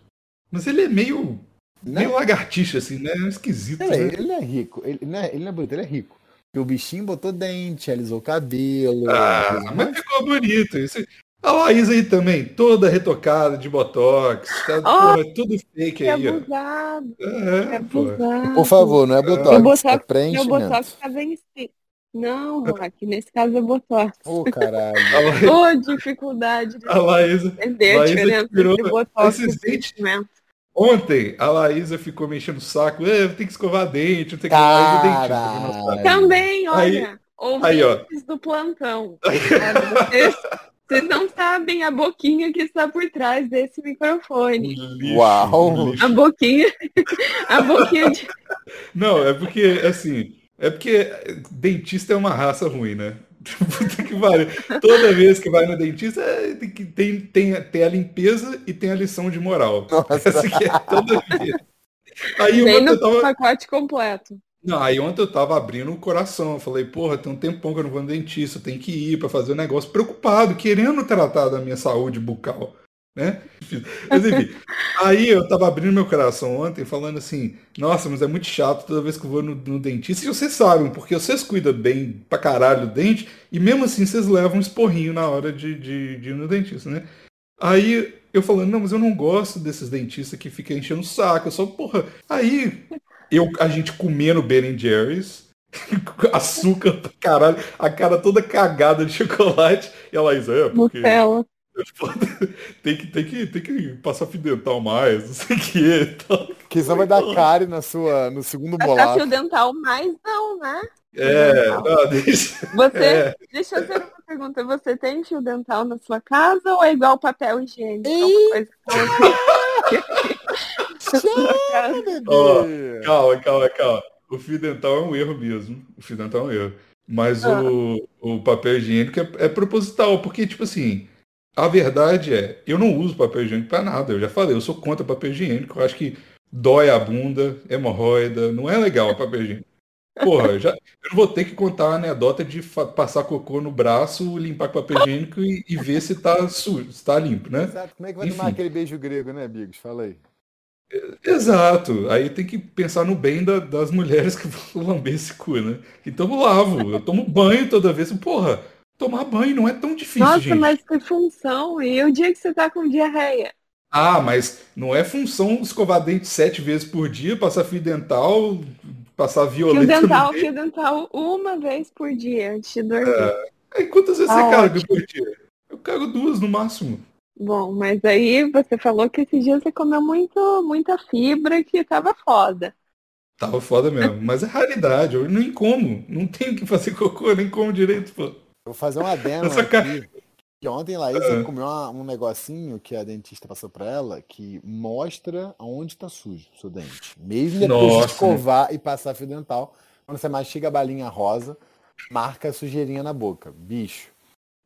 Speaker 3: Mas ele é meio,
Speaker 2: Né?
Speaker 3: meio lagartixa, assim, né? Esquisito,
Speaker 2: Peraí,
Speaker 3: né?
Speaker 2: ele não é rico. Ele não é, ele não é bonito, ele é rico. Porque o bichinho botou dente, alisou o cabelo. fez
Speaker 3: Ah,
Speaker 2: um monte
Speaker 3: mas ficou bonito. Isso... A Laís aí também, toda retocada de botox. Tá,
Speaker 1: Ah,
Speaker 3: pô, é tudo fake
Speaker 1: É
Speaker 3: aí, ó.
Speaker 1: abusado, é
Speaker 3: É, pô.
Speaker 2: de-
Speaker 1: abusado.
Speaker 2: Por favor, não é Botox.
Speaker 1: Meu
Speaker 2: é
Speaker 1: Botox, meu
Speaker 2: preenchimento.
Speaker 1: Botox tá vencido. Não, Rock, nesse caso é Botox.
Speaker 2: Ô,
Speaker 3: *laughs*
Speaker 2: caralho.
Speaker 3: A Laís,
Speaker 1: Ô, dificuldade de
Speaker 3: a Laís- é
Speaker 1: entender a
Speaker 3: Laísa
Speaker 1: diferença
Speaker 3: tirou
Speaker 1: entre Botox e
Speaker 3: esses dentes.
Speaker 1: preenchimento.
Speaker 3: Ontem, a Laísa ficou mexendo o saco. É, tem que escovar dente, não tem que escovar dente.
Speaker 2: Caralho.
Speaker 1: Também, olha,
Speaker 3: aí, ó.
Speaker 1: ouvintes do plantão. Olha, Vocês, vocês não sabem a boquinha que está por trás desse microfone.
Speaker 3: Um lixo,
Speaker 2: Uau.
Speaker 3: um lixo.
Speaker 1: A boquinha, *laughs* a boquinha de
Speaker 3: Não, é porque, assim, é porque dentista é uma raça ruim, né? *laughs* Puta que pariu. Toda vez que vai no dentista, é, tem, que- tem, tem, tem a limpeza e tem a lição de moral. *laughs* Essa que é toda vez. Aí
Speaker 1: Vem
Speaker 3: ontem
Speaker 1: no
Speaker 3: eu tava.
Speaker 1: pacote completo.
Speaker 3: Não, aí ontem eu tava abrindo o coração. Eu falei, porra, tem um tempão que eu não vou no dentista, eu tenho que ir pra fazer o negócio, preocupado, querendo tratar da minha saúde bucal, né? Mas enfim, aí eu tava abrindo meu coração ontem, falando assim, nossa, mas é muito chato toda vez que eu vou no, no dentista, e vocês sabem, porque vocês cuidam bem pra caralho do dente, e mesmo assim vocês levam um esporrinho na hora de, de- de ir no dentista, né? Aí eu falando, não, mas eu não gosto desses dentistas que ficam enchendo o saco, eu só, porra. Aí eu, a gente comendo Ben Jerry's, *laughs* açúcar pra caralho, a cara toda cagada de chocolate, e a Laís, é, porque
Speaker 1: Nutella.
Speaker 3: tem que, tem, que, tem que passar fio dental mais, não sei o então. que e tal.
Speaker 2: Que só vai dar cárie na sua, no segundo
Speaker 1: Passar fio
Speaker 2: bolaço.
Speaker 1: dental mais não, né?
Speaker 3: É, não, deixa.
Speaker 1: Você,
Speaker 3: É.
Speaker 1: deixa eu fazer uma pergunta. Você tem fio dental na sua casa ou é igual papel higiênico? É uma coisa que eu uso na sua casa.
Speaker 3: Ó,
Speaker 2: bebê.
Speaker 3: Calma, calma, calma. O fio dental é um erro mesmo. O fio dental é um erro. Mas
Speaker 1: Ah.
Speaker 3: o, o papel higiênico é, é proposital, porque, tipo assim, a verdade é, eu não uso papel higiênico pra nada. Eu já falei, eu sou contra papel higiênico. Eu acho que dói a bunda, hemorroida, não é legal papel higiênico. Porra, eu, já, eu não vou ter que contar a anedota de fa- passar cocô no braço, limpar com papel higiênico e, e ver se tá sujo, se tá limpo, né?
Speaker 2: Exato, como é que vai tomar
Speaker 3: Enfim.
Speaker 2: aquele beijo grego, né, Bigos? Fala aí.
Speaker 3: Exato. Aí tem que pensar no bem da- das mulheres que vão *laughs* lamber esse cu, né? Então eu lavo, eu tomo banho toda vez. Porra, tomar banho não é tão difícil,
Speaker 1: Nossa,
Speaker 3: gente.
Speaker 1: mas que função. E o dia que você tá com diarreia?
Speaker 3: Ah, mas não é função escovar dente sete vezes por dia, passar fio dental, Passar
Speaker 1: Fio
Speaker 3: violeta no
Speaker 1: dental, fio dental uma vez por dia antes
Speaker 3: É.
Speaker 1: de dormir.
Speaker 3: Aí quantas vezes
Speaker 1: Tá
Speaker 3: você caga por dia? Eu cago duas no máximo.
Speaker 1: Bom, mas aí você falou que esses dias você comeu muito, muita fibra que tava foda.
Speaker 3: Tava foda mesmo. Mas é raridade. Eu nem como. Não tenho que fazer *laughs* cocô, eu nem como direito, pô.
Speaker 2: Eu vou fazer um
Speaker 3: *laughs*
Speaker 2: adendo
Speaker 3: Essa cara-
Speaker 2: aqui. Que ontem Laísa
Speaker 3: Ah.
Speaker 2: comeu uma- um negocinho que a dentista passou pra ela que mostra onde tá sujo o seu dente. Mesmo depois
Speaker 3: Nossa, né?
Speaker 2: de escovar e passar fio dental, quando você mastiga a balinha rosa, marca a sujeirinha na boca. Bicho,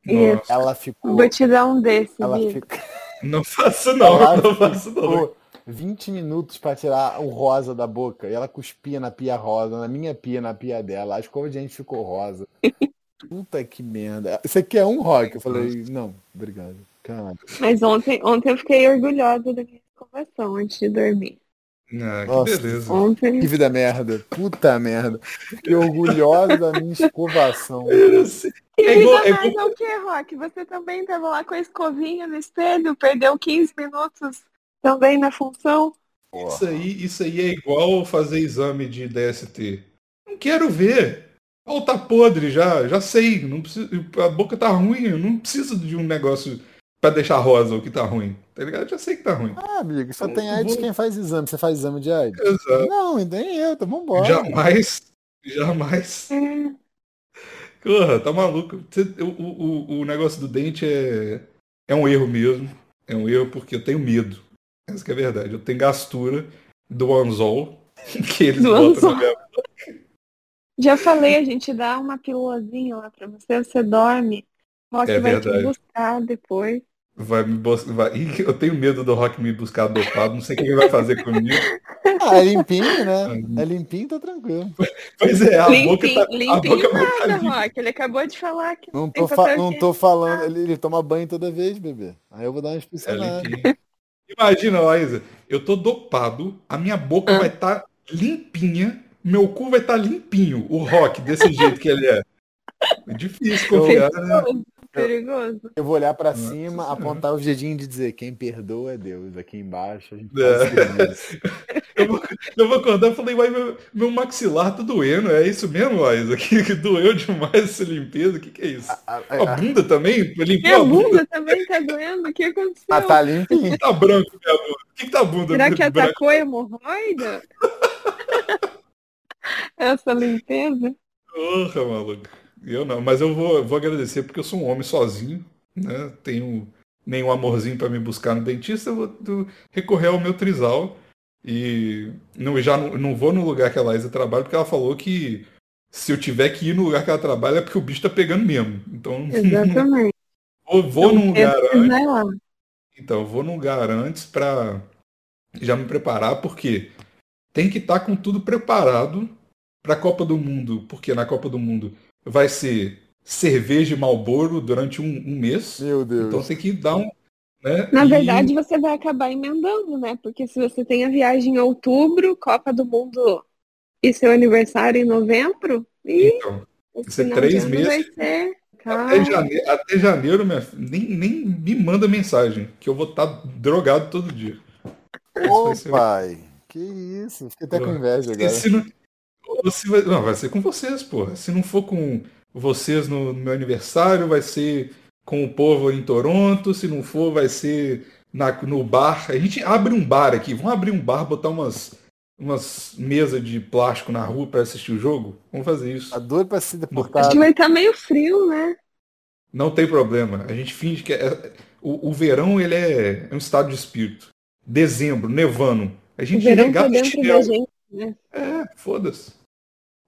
Speaker 1: Isso.
Speaker 3: Nossa,
Speaker 2: ela ficou.
Speaker 1: Vou te dar um desse,
Speaker 2: Ela
Speaker 1: Bi.
Speaker 2: ficou
Speaker 3: não faço não,
Speaker 1: Tá
Speaker 2: Ela
Speaker 3: não faço não.
Speaker 2: ficou 20 minutos pra tirar o rosa da boca. E ela cuspia na pia rosa, na minha pia, na pia dela. A escova de dente ficou rosa. Puta que merda. Você quer um rock? Eu falei, não, obrigado. Cara.
Speaker 1: Mas ontem, ontem eu fiquei orgulhosa da minha escovação antes de dormir.
Speaker 3: Ah, que
Speaker 2: Nossa.
Speaker 3: beleza.
Speaker 1: Ontem
Speaker 2: Que vida merda. Puta merda. Fiquei orgulhosa da minha escovação.
Speaker 3: Eu não sei.
Speaker 1: E
Speaker 3: É
Speaker 1: vida
Speaker 3: igual- é
Speaker 1: mais é o que, Rock? Você também estava lá com a escovinha no espelho, perdeu 15 minutos também na função?
Speaker 2: Porra.
Speaker 3: Isso aí, isso aí é igual fazer exame de DST. Não quero ver. A pau tá podre já, já sei. Não preciso, a boca tá ruim, eu não preciso de um negócio pra deixar rosa o que tá ruim. Tá ligado? Eu já sei que tá ruim.
Speaker 2: Ah, amigo, só tem AIDS quem faz exame. Você faz exame de AIDS?
Speaker 3: Exato.
Speaker 2: Não, nem eu, então vambora.
Speaker 3: Jamais, jamais.
Speaker 1: É,
Speaker 3: Porra, tá maluco. Cê- O, o, o- o negócio do dente é, é um erro mesmo. É um erro porque eu tenho medo. Essa que é a verdade. Eu tenho gastura do anzol *laughs* que eles
Speaker 1: Do
Speaker 3: botam
Speaker 1: anzol.
Speaker 3: na minha...
Speaker 1: Já falei, a gente dá uma pílulazinha lá pra você, você dorme. Rock
Speaker 3: É
Speaker 1: vai
Speaker 3: verdade.
Speaker 1: te buscar depois.
Speaker 3: Vai me bos- vai... *laughs* Ih, Eu tenho medo do Rock me buscar dopado. Não sei o que ele vai fazer comigo.
Speaker 2: Ah, é limpinho,
Speaker 3: *laughs* Uhum.
Speaker 2: né? É limpinho, tá tranquilo.
Speaker 3: Pois é, a boca
Speaker 1: limpinho,
Speaker 3: tá... a
Speaker 1: limpinho
Speaker 3: boca vai tá
Speaker 1: nada,
Speaker 3: limpa.
Speaker 1: Rock. Ele acabou de falar que
Speaker 2: Não
Speaker 1: tem
Speaker 2: tô, fa-
Speaker 1: papel
Speaker 2: não
Speaker 1: higiênico.
Speaker 2: tô falando. Ele, ele toma banho toda vez, bebê. Aí eu vou dar uma
Speaker 3: É,
Speaker 2: inspecionada.
Speaker 3: limpinho. Imagina, Laísa, eu tô dopado, a minha boca
Speaker 1: Ah.
Speaker 3: vai estar limpinha, meu cu vai estar limpinho, o rock desse jeito que ele é. É difícil confiar, né?
Speaker 1: perigoso.
Speaker 2: Eu vou olhar pra
Speaker 3: Nossa
Speaker 2: cima,
Speaker 3: Senhora.
Speaker 2: apontar os dedinhos e dizer: quem perdoa é Deus. Aqui embaixo a gente
Speaker 3: É.
Speaker 2: faz
Speaker 3: *laughs*
Speaker 2: serviço.
Speaker 3: Eu vou, eu vou acordar e falei, uai, meu, meu maxilar tá doendo, é isso mesmo, Laísa? *laughs* Que, que doeu demais essa limpeza, o que, que é isso?
Speaker 2: A- a-
Speaker 3: A
Speaker 2: a-
Speaker 3: bunda também? Limpou
Speaker 1: Minha
Speaker 3: a bunda?
Speaker 1: bunda também tá doendo? O que aconteceu?
Speaker 2: Ah, tá limpinho.
Speaker 3: Tá branco minha bunda. O que, que tá a bunda
Speaker 1: Será que é
Speaker 3: branca?
Speaker 1: atacou a hemorroida? *laughs* Essa
Speaker 3: *laughs*
Speaker 1: limpeza?
Speaker 3: Porra, maluco. Eu não, mas eu vou, vou agradecer porque eu sou um homem sozinho, né? Tenho nenhum amorzinho pra me buscar no dentista, eu vou do- recorrer ao meu trisal. E não, já não, não vou no lugar que a Laísa trabalha, porque ela falou que se eu tiver que ir no lugar que ela trabalha é porque o bicho tá pegando mesmo. Então,
Speaker 1: Exatamente.
Speaker 3: vou, vou num
Speaker 1: Esse né,
Speaker 3: lugar né? antes.
Speaker 1: vai lá.
Speaker 3: Então, eu vou num lugar antes pra já me preparar, porque tem que estar com tudo preparado pra Copa do Mundo, porque na Copa do Mundo vai ser cerveja e Malboro durante um, um mês.
Speaker 2: Meu Deus.
Speaker 3: Então tem que dar um. Né?
Speaker 1: Na
Speaker 3: E-
Speaker 1: verdade, você vai acabar emendando, né? Porque se você tem a viagem em outubro, Copa do Mundo e seu aniversário em novembro, e
Speaker 3: então,
Speaker 1: esse
Speaker 3: isso é
Speaker 1: final
Speaker 3: três
Speaker 1: de ano
Speaker 3: meses. É
Speaker 1: vai ser.
Speaker 3: até,
Speaker 1: Calma.
Speaker 3: jane- até janeiro, minha fi- nem, nem me manda mensagem, que eu vou estar drogado todo dia. Isso
Speaker 2: Ô,
Speaker 3: vai ser-
Speaker 2: pai. Que isso. Fiquei até com inveja
Speaker 3: E
Speaker 2: agora.
Speaker 3: se não, ou se vai, não, vai ser com vocês, porra. Se não for com vocês no, no meu aniversário, vai ser com o povo em Toronto. Se não for, vai ser na, no bar. A gente abre um bar aqui. Vamos abrir um bar, botar umas, umas mesas de plástico na rua para assistir o jogo? Vamos fazer
Speaker 2: Tá
Speaker 3: isso.
Speaker 2: doido pra se
Speaker 1: Acho
Speaker 2: deportar.
Speaker 1: que vai estar meio frio, né?
Speaker 3: Não tem problema. A gente finge que. é- o, o verão ele é, é um estado de espírito. Dezembro, nevando. A
Speaker 1: O
Speaker 3: gente
Speaker 1: verão tá
Speaker 3: regata
Speaker 1: dentro
Speaker 3: chinelo.
Speaker 1: da gente.
Speaker 3: É, foda-se.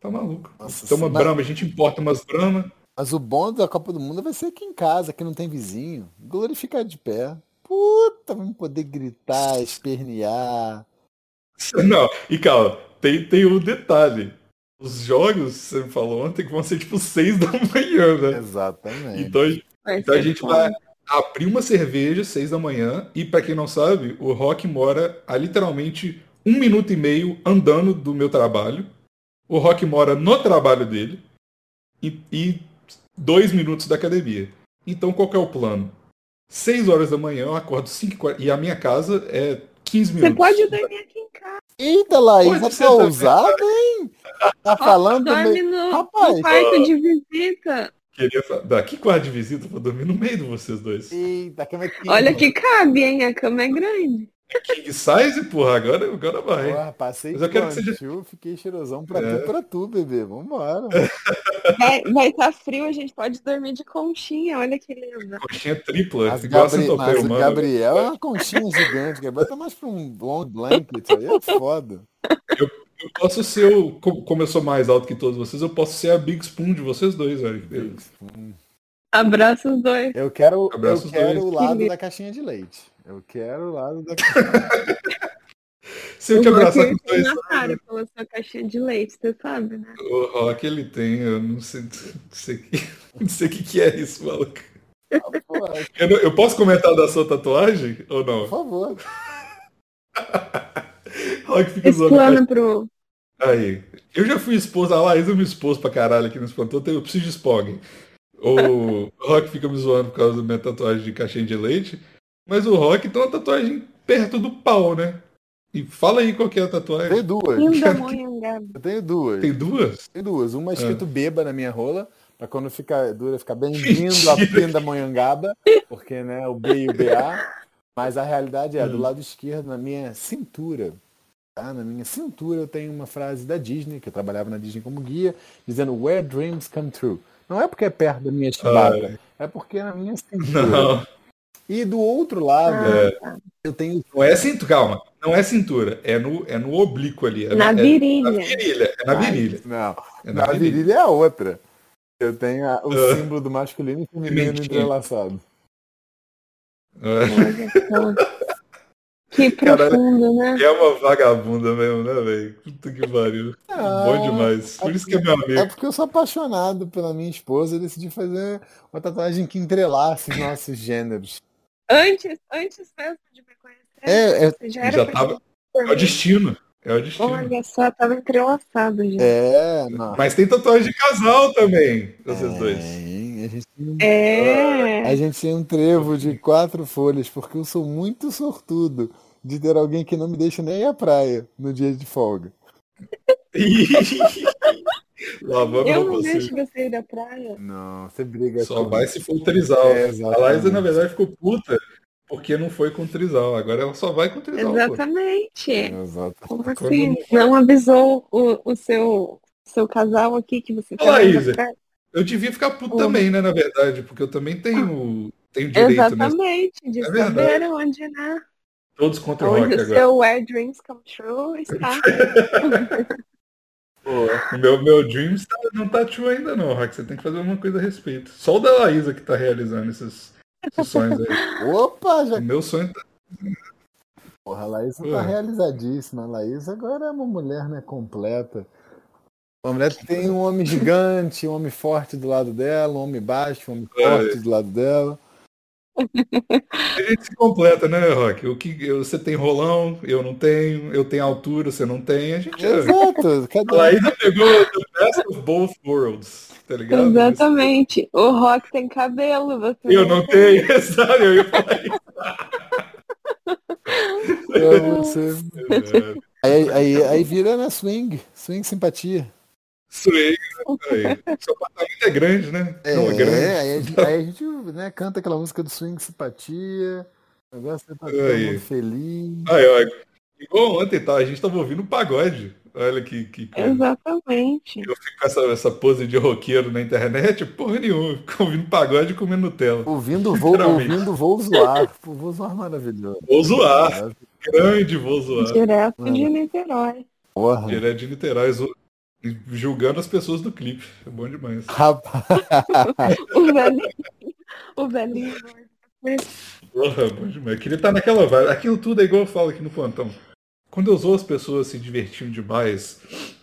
Speaker 3: Tá maluco.
Speaker 2: Nossa,
Speaker 3: Toma
Speaker 2: sim, mas-
Speaker 3: brama, a gente importa umas brama. *laughs*
Speaker 2: Mas o bom da Copa do Mundo vai ser aqui em casa, que não tem vizinho. Glorificar de pé. Puta, vamos poder gritar, espernear.
Speaker 3: Não, e calma, tem, tem um detalhe. Os jogos, você me falou ontem, que vão ser tipo seis da manhã, né?
Speaker 2: Exatamente.
Speaker 3: Então, a gente-
Speaker 1: Vai
Speaker 3: então a
Speaker 1: ser
Speaker 3: gente
Speaker 1: bom.
Speaker 3: vai abrir uma cerveja seis da manhã. E pra quem não sabe, o Rock mora a literalmente um minuto e meio andando do meu trabalho. O Rock mora no trabalho dele e, e dois minutos da academia. Então qual que é o plano? Seis horas da manhã eu acordo 5 e quarenta- e a minha casa é 15
Speaker 1: Você
Speaker 3: minutos.
Speaker 1: pode dormir aqui em casa.
Speaker 2: Eita, Laís,
Speaker 3: Pode
Speaker 2: a
Speaker 3: ser também,
Speaker 2: tua ousada, hein? Tá falando
Speaker 1: Dorme
Speaker 2: meio...
Speaker 1: no,
Speaker 2: Rapaz.
Speaker 1: no quarto de visita.
Speaker 3: Queria falar. Daqui quarto de visita pra dormir no meio de vocês dois.
Speaker 2: Eita, como é que...
Speaker 1: Olha que cabe, hein? A cama é grande.
Speaker 3: King size, porra, agora, agora vai.
Speaker 2: Porra, passei
Speaker 3: Mas eu quero que
Speaker 2: por
Speaker 3: seja-
Speaker 2: Anchiu, fiquei cheirosão pra
Speaker 3: É.
Speaker 2: tu, pra tu, bebê. Vambora.
Speaker 1: Vai estar frio, a gente pode dormir de conchinha. Olha que lindo.
Speaker 3: Coxinha tripla,
Speaker 2: Mas,
Speaker 3: É, igual
Speaker 2: Gabri-
Speaker 3: a centopeia
Speaker 2: mas o
Speaker 3: humana.
Speaker 2: Gabriel é uma conchinha gigante, Gabriel. Tá mais pra um long blanket aí, é foda.
Speaker 3: Eu posso ser o. co- Como eu sou mais alto que todos vocês, eu posso ser a Big Spoon de vocês dois, velho.
Speaker 1: Abraço os dois.
Speaker 2: Eu quero,
Speaker 3: Abraço
Speaker 2: eu
Speaker 3: os
Speaker 2: quero
Speaker 3: dois.
Speaker 2: o lado da caixinha de leite. Eu quero o lado da *laughs* caixinha
Speaker 3: Se eu te abraçar
Speaker 1: Rock
Speaker 3: com dois,
Speaker 1: na cara pela sua caixinha de leite, você sabe, né?
Speaker 3: o rock ele tem, eu não sei. Não sei o que, não sei o que, que é isso, maluco.
Speaker 2: Por
Speaker 3: Eu, não- eu posso comentar da sua tatuagem ou não?
Speaker 2: favor.
Speaker 3: Rock fica zoando. a
Speaker 1: Explana pro.
Speaker 3: Aí. Eu já fui exposto, a Laís não me expôs pra caralho aqui no Espantou, eu preciso de Spog. O Rock fica me zoando por causa da minha tatuagem de caixinha de leite, mas o Rock tem uma tatuagem perto do pau, né? E fala aí qual que é a tatuagem.
Speaker 2: Tem duas.
Speaker 1: Pindamonhangaba.
Speaker 2: Eu tenho duas.
Speaker 3: Tem Ah. duas?
Speaker 2: Tem duas. Uma escrito beba na minha rola, pra quando ficar dura ficar bem-vindo
Speaker 3: Mentira.
Speaker 2: à pinda monhangaba, porque né, o B e o BA. Mas a realidade é, do
Speaker 3: Hum.
Speaker 2: lado esquerdo, na minha cintura, tá? Na minha cintura eu tenho uma frase da Disney, que eu trabalhava na Disney como guia, dizendo Where Dreams Come True. Não é porque é perto da minha chibata, é porque é na
Speaker 3: *laughs*
Speaker 2: minha cintura.
Speaker 3: Ah, Não.
Speaker 2: E do outro lado,
Speaker 3: É.
Speaker 2: eu tenho
Speaker 3: Não é cintura, calma. Não é cintura. É no, é no oblíquo ali. É
Speaker 1: Na
Speaker 3: é- na
Speaker 1: virilha.
Speaker 3: virilha. É na virilha.
Speaker 2: Não, na
Speaker 3: É na virilha.
Speaker 2: virilha é a outra. Eu tenho a- o
Speaker 3: Ah.
Speaker 2: símbolo do masculino e feminino
Speaker 3: Mentira.
Speaker 2: entrelaçado.
Speaker 3: É.
Speaker 1: Olha só. Que
Speaker 3: Caralho.
Speaker 1: profundo, né?
Speaker 3: *laughs* É uma vagabunda mesmo, né, velho? Puta que pariu. Bom demais. Por isso que é meu
Speaker 2: Ah, É
Speaker 3: amigo.
Speaker 2: porque eu sou apaixonado pela minha esposa e decidi fazer uma tatuagem que entrelace os nossos gêneros.
Speaker 1: Antes, antes mesmo de me conhecer,
Speaker 2: É, é,
Speaker 1: você já era
Speaker 3: Já
Speaker 1: pra-
Speaker 3: tava- É o destino. É o destino.
Speaker 1: Olha só, tava entrelaçado, gente.
Speaker 2: é não.
Speaker 3: Mas tem tatuagem de casal também, vocês
Speaker 2: É.
Speaker 3: dois. *laughs*
Speaker 2: Tem, a, gente tem um,
Speaker 1: É.
Speaker 2: a gente tem um trevo de quatro folhas, porque eu sou muito sortudo de ter alguém que não me deixa nem ir à praia no dia de folga.
Speaker 3: Lavando
Speaker 1: Eu não
Speaker 3: você.
Speaker 1: deixo você ir da praia.
Speaker 2: Não, você briga
Speaker 3: Só
Speaker 2: com...
Speaker 3: vai se for o Trisal.
Speaker 2: É,
Speaker 3: a Laísa, na
Speaker 2: exatamente.
Speaker 3: verdade, ficou puta porque não foi com o Trisal. Agora ela só vai com o Trisal. pô.
Speaker 1: Exatamente.
Speaker 2: Exato.
Speaker 1: Como
Speaker 3: Quando
Speaker 1: assim?
Speaker 3: não-
Speaker 1: Não avisou o, o seu, seu casal aqui que você tava
Speaker 3: Laísa,
Speaker 1: na praia?
Speaker 3: Eu devia ficar puto
Speaker 1: Pô.
Speaker 3: também, né, na verdade, porque eu também tenho, tenho direito, né?
Speaker 1: Ah, Exatamente, de
Speaker 3: É
Speaker 1: saber
Speaker 3: verdade.
Speaker 1: onde, né?
Speaker 3: Todos contra o
Speaker 1: Onde
Speaker 3: rock
Speaker 1: o
Speaker 3: agora.
Speaker 1: seu Where Dreams Come True
Speaker 3: *laughs*
Speaker 1: está.
Speaker 3: O meu, meu Dreams tá- não tá ativo ainda não, Rock. Você tem que fazer alguma coisa a respeito. Só o da Laísa que tá realizando esses, esses
Speaker 1: *laughs*
Speaker 3: sonhos aí.
Speaker 2: Opa, já
Speaker 3: O meu sonho tá...
Speaker 2: Porra, a Laísa tá
Speaker 3: Porra.
Speaker 2: realizadíssima. A Laísa agora é uma mulher, né, completa. Uma mulher que tem um homem gigante, um homem forte do lado dela, um homem baixo, um homem
Speaker 3: É.
Speaker 2: forte do lado dela.
Speaker 3: A gente se completa, né, Rock? O que, eu- você tem rolão, eu não tenho. Eu tenho altura, você não tem. A gente...
Speaker 2: Exato,
Speaker 3: É. A
Speaker 2: cadê?
Speaker 3: Laísa pegou the best of both worlds, tá ligado?
Speaker 1: Exatamente. O Rock tem cabelo, você
Speaker 3: Eu não tenho, *laughs* sabe? Eu ia falar isso.
Speaker 2: Eu
Speaker 3: um
Speaker 2: não sei.
Speaker 1: *laughs*
Speaker 2: um é
Speaker 3: É,
Speaker 2: Aí, aí, aí vira na swing, swing simpatia.
Speaker 3: Swing, né? aí. Seu apartamento é grande, né? não é grande.
Speaker 2: aí, a gente- aí a gente né, canta aquela múca do swing simpatia. O negócio é pra todo
Speaker 3: Aí.
Speaker 2: mundo feliz.
Speaker 3: Aí, ó, igual ontem, tá? A gente tava ouvindo um pagode. Olha que, que
Speaker 1: É.
Speaker 3: coisa.
Speaker 1: Exatamente.
Speaker 3: Eu fico com essa, essa pose de roqueiro na internet, porra nenhuma. Fico ouvindo pagode e comendo Nutella.
Speaker 2: Ouvindo vou,
Speaker 3: Literalmente.
Speaker 2: ouvindo vou zoar. Pô, Vou zoar maravilhoso.
Speaker 3: Vou zoar. Grande, vou zoar.
Speaker 1: Direto
Speaker 2: Mano.
Speaker 1: de Niterói.
Speaker 2: Porra.
Speaker 3: Direto de Niterói, zo- julgando as pessoas do clipe. É bom demais.
Speaker 2: Rapaz.
Speaker 1: O velhinho. o velhinho.
Speaker 3: Porra, bom demais. Eu queria estar tá naquela vibe. Aquilo tudo é igual eu falo aqui no plantão. Quando eu zoo as pessoas se divertindo demais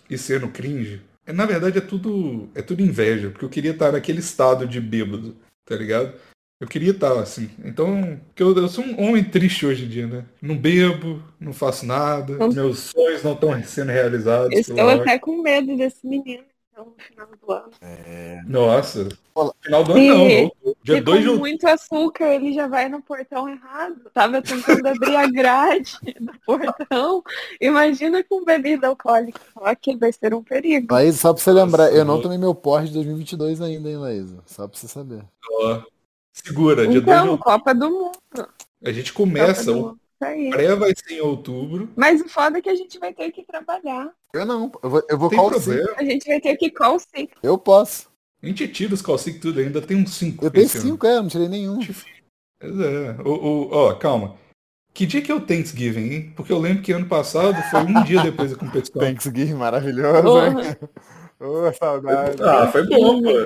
Speaker 3: e sendo cringe, é, na verdade é tudo é tudo inveja, porque eu queria estar naquele estado de bêbado, tá ligado? Eu queria estar assim. Então, que eu, eu sou um homem triste hoje em dia, né? Não bebo, não faço nada,
Speaker 1: Não-
Speaker 3: meus sonhos não estão sendo realizados.
Speaker 1: Eu estou
Speaker 3: pela-
Speaker 1: até com medo desse menino. então, no final do ano.
Speaker 3: Nossa.
Speaker 2: Olá.
Speaker 3: Final do ano não,
Speaker 1: Ih,
Speaker 3: não. Dia
Speaker 1: Se
Speaker 3: 2 de
Speaker 1: com
Speaker 3: outubro.
Speaker 1: muito açúcar, ele já vai no portão errado. Tava tentando abrir a grade *laughs* do portão. Imagina com bebida alcoólica. Só que vai ser um perigo.
Speaker 2: Laísa, só pra você lembrar,
Speaker 3: Nossa,
Speaker 2: eu não
Speaker 3: boa.
Speaker 2: tomei meu Porsche de 2022 ainda, hein, Laísa? Só pra você saber.
Speaker 3: ó. Segura, dia 2 de
Speaker 1: Então, tá
Speaker 3: outubro.
Speaker 1: Copa do Mundo.
Speaker 3: A gente
Speaker 1: Copa
Speaker 3: começa,
Speaker 1: do
Speaker 3: o
Speaker 1: Mundo. Isso aí.
Speaker 3: pré vai ser em outubro.
Speaker 1: Mas o foda é que a gente vai ter que trabalhar.
Speaker 2: Eu não, eu vou, eu vou
Speaker 3: Tem
Speaker 2: call
Speaker 3: problema.
Speaker 1: A gente vai ter que call center.
Speaker 2: sim. Eu posso.
Speaker 3: A gente tira os calcic tudo ainda, tem uns 5.
Speaker 2: Eu tenho
Speaker 3: né?
Speaker 2: cinco, é, eu não tirei nenhum.
Speaker 3: Pois é. Ô, ô, ó, calma. Que dia que é o Thanksgiving, hein? Porque eu lembro que ano passado foi um dia depois da competição.
Speaker 2: Thanksgiving maravilhoso, hein? Ô, saudade.
Speaker 3: Ah, foi bom, pô.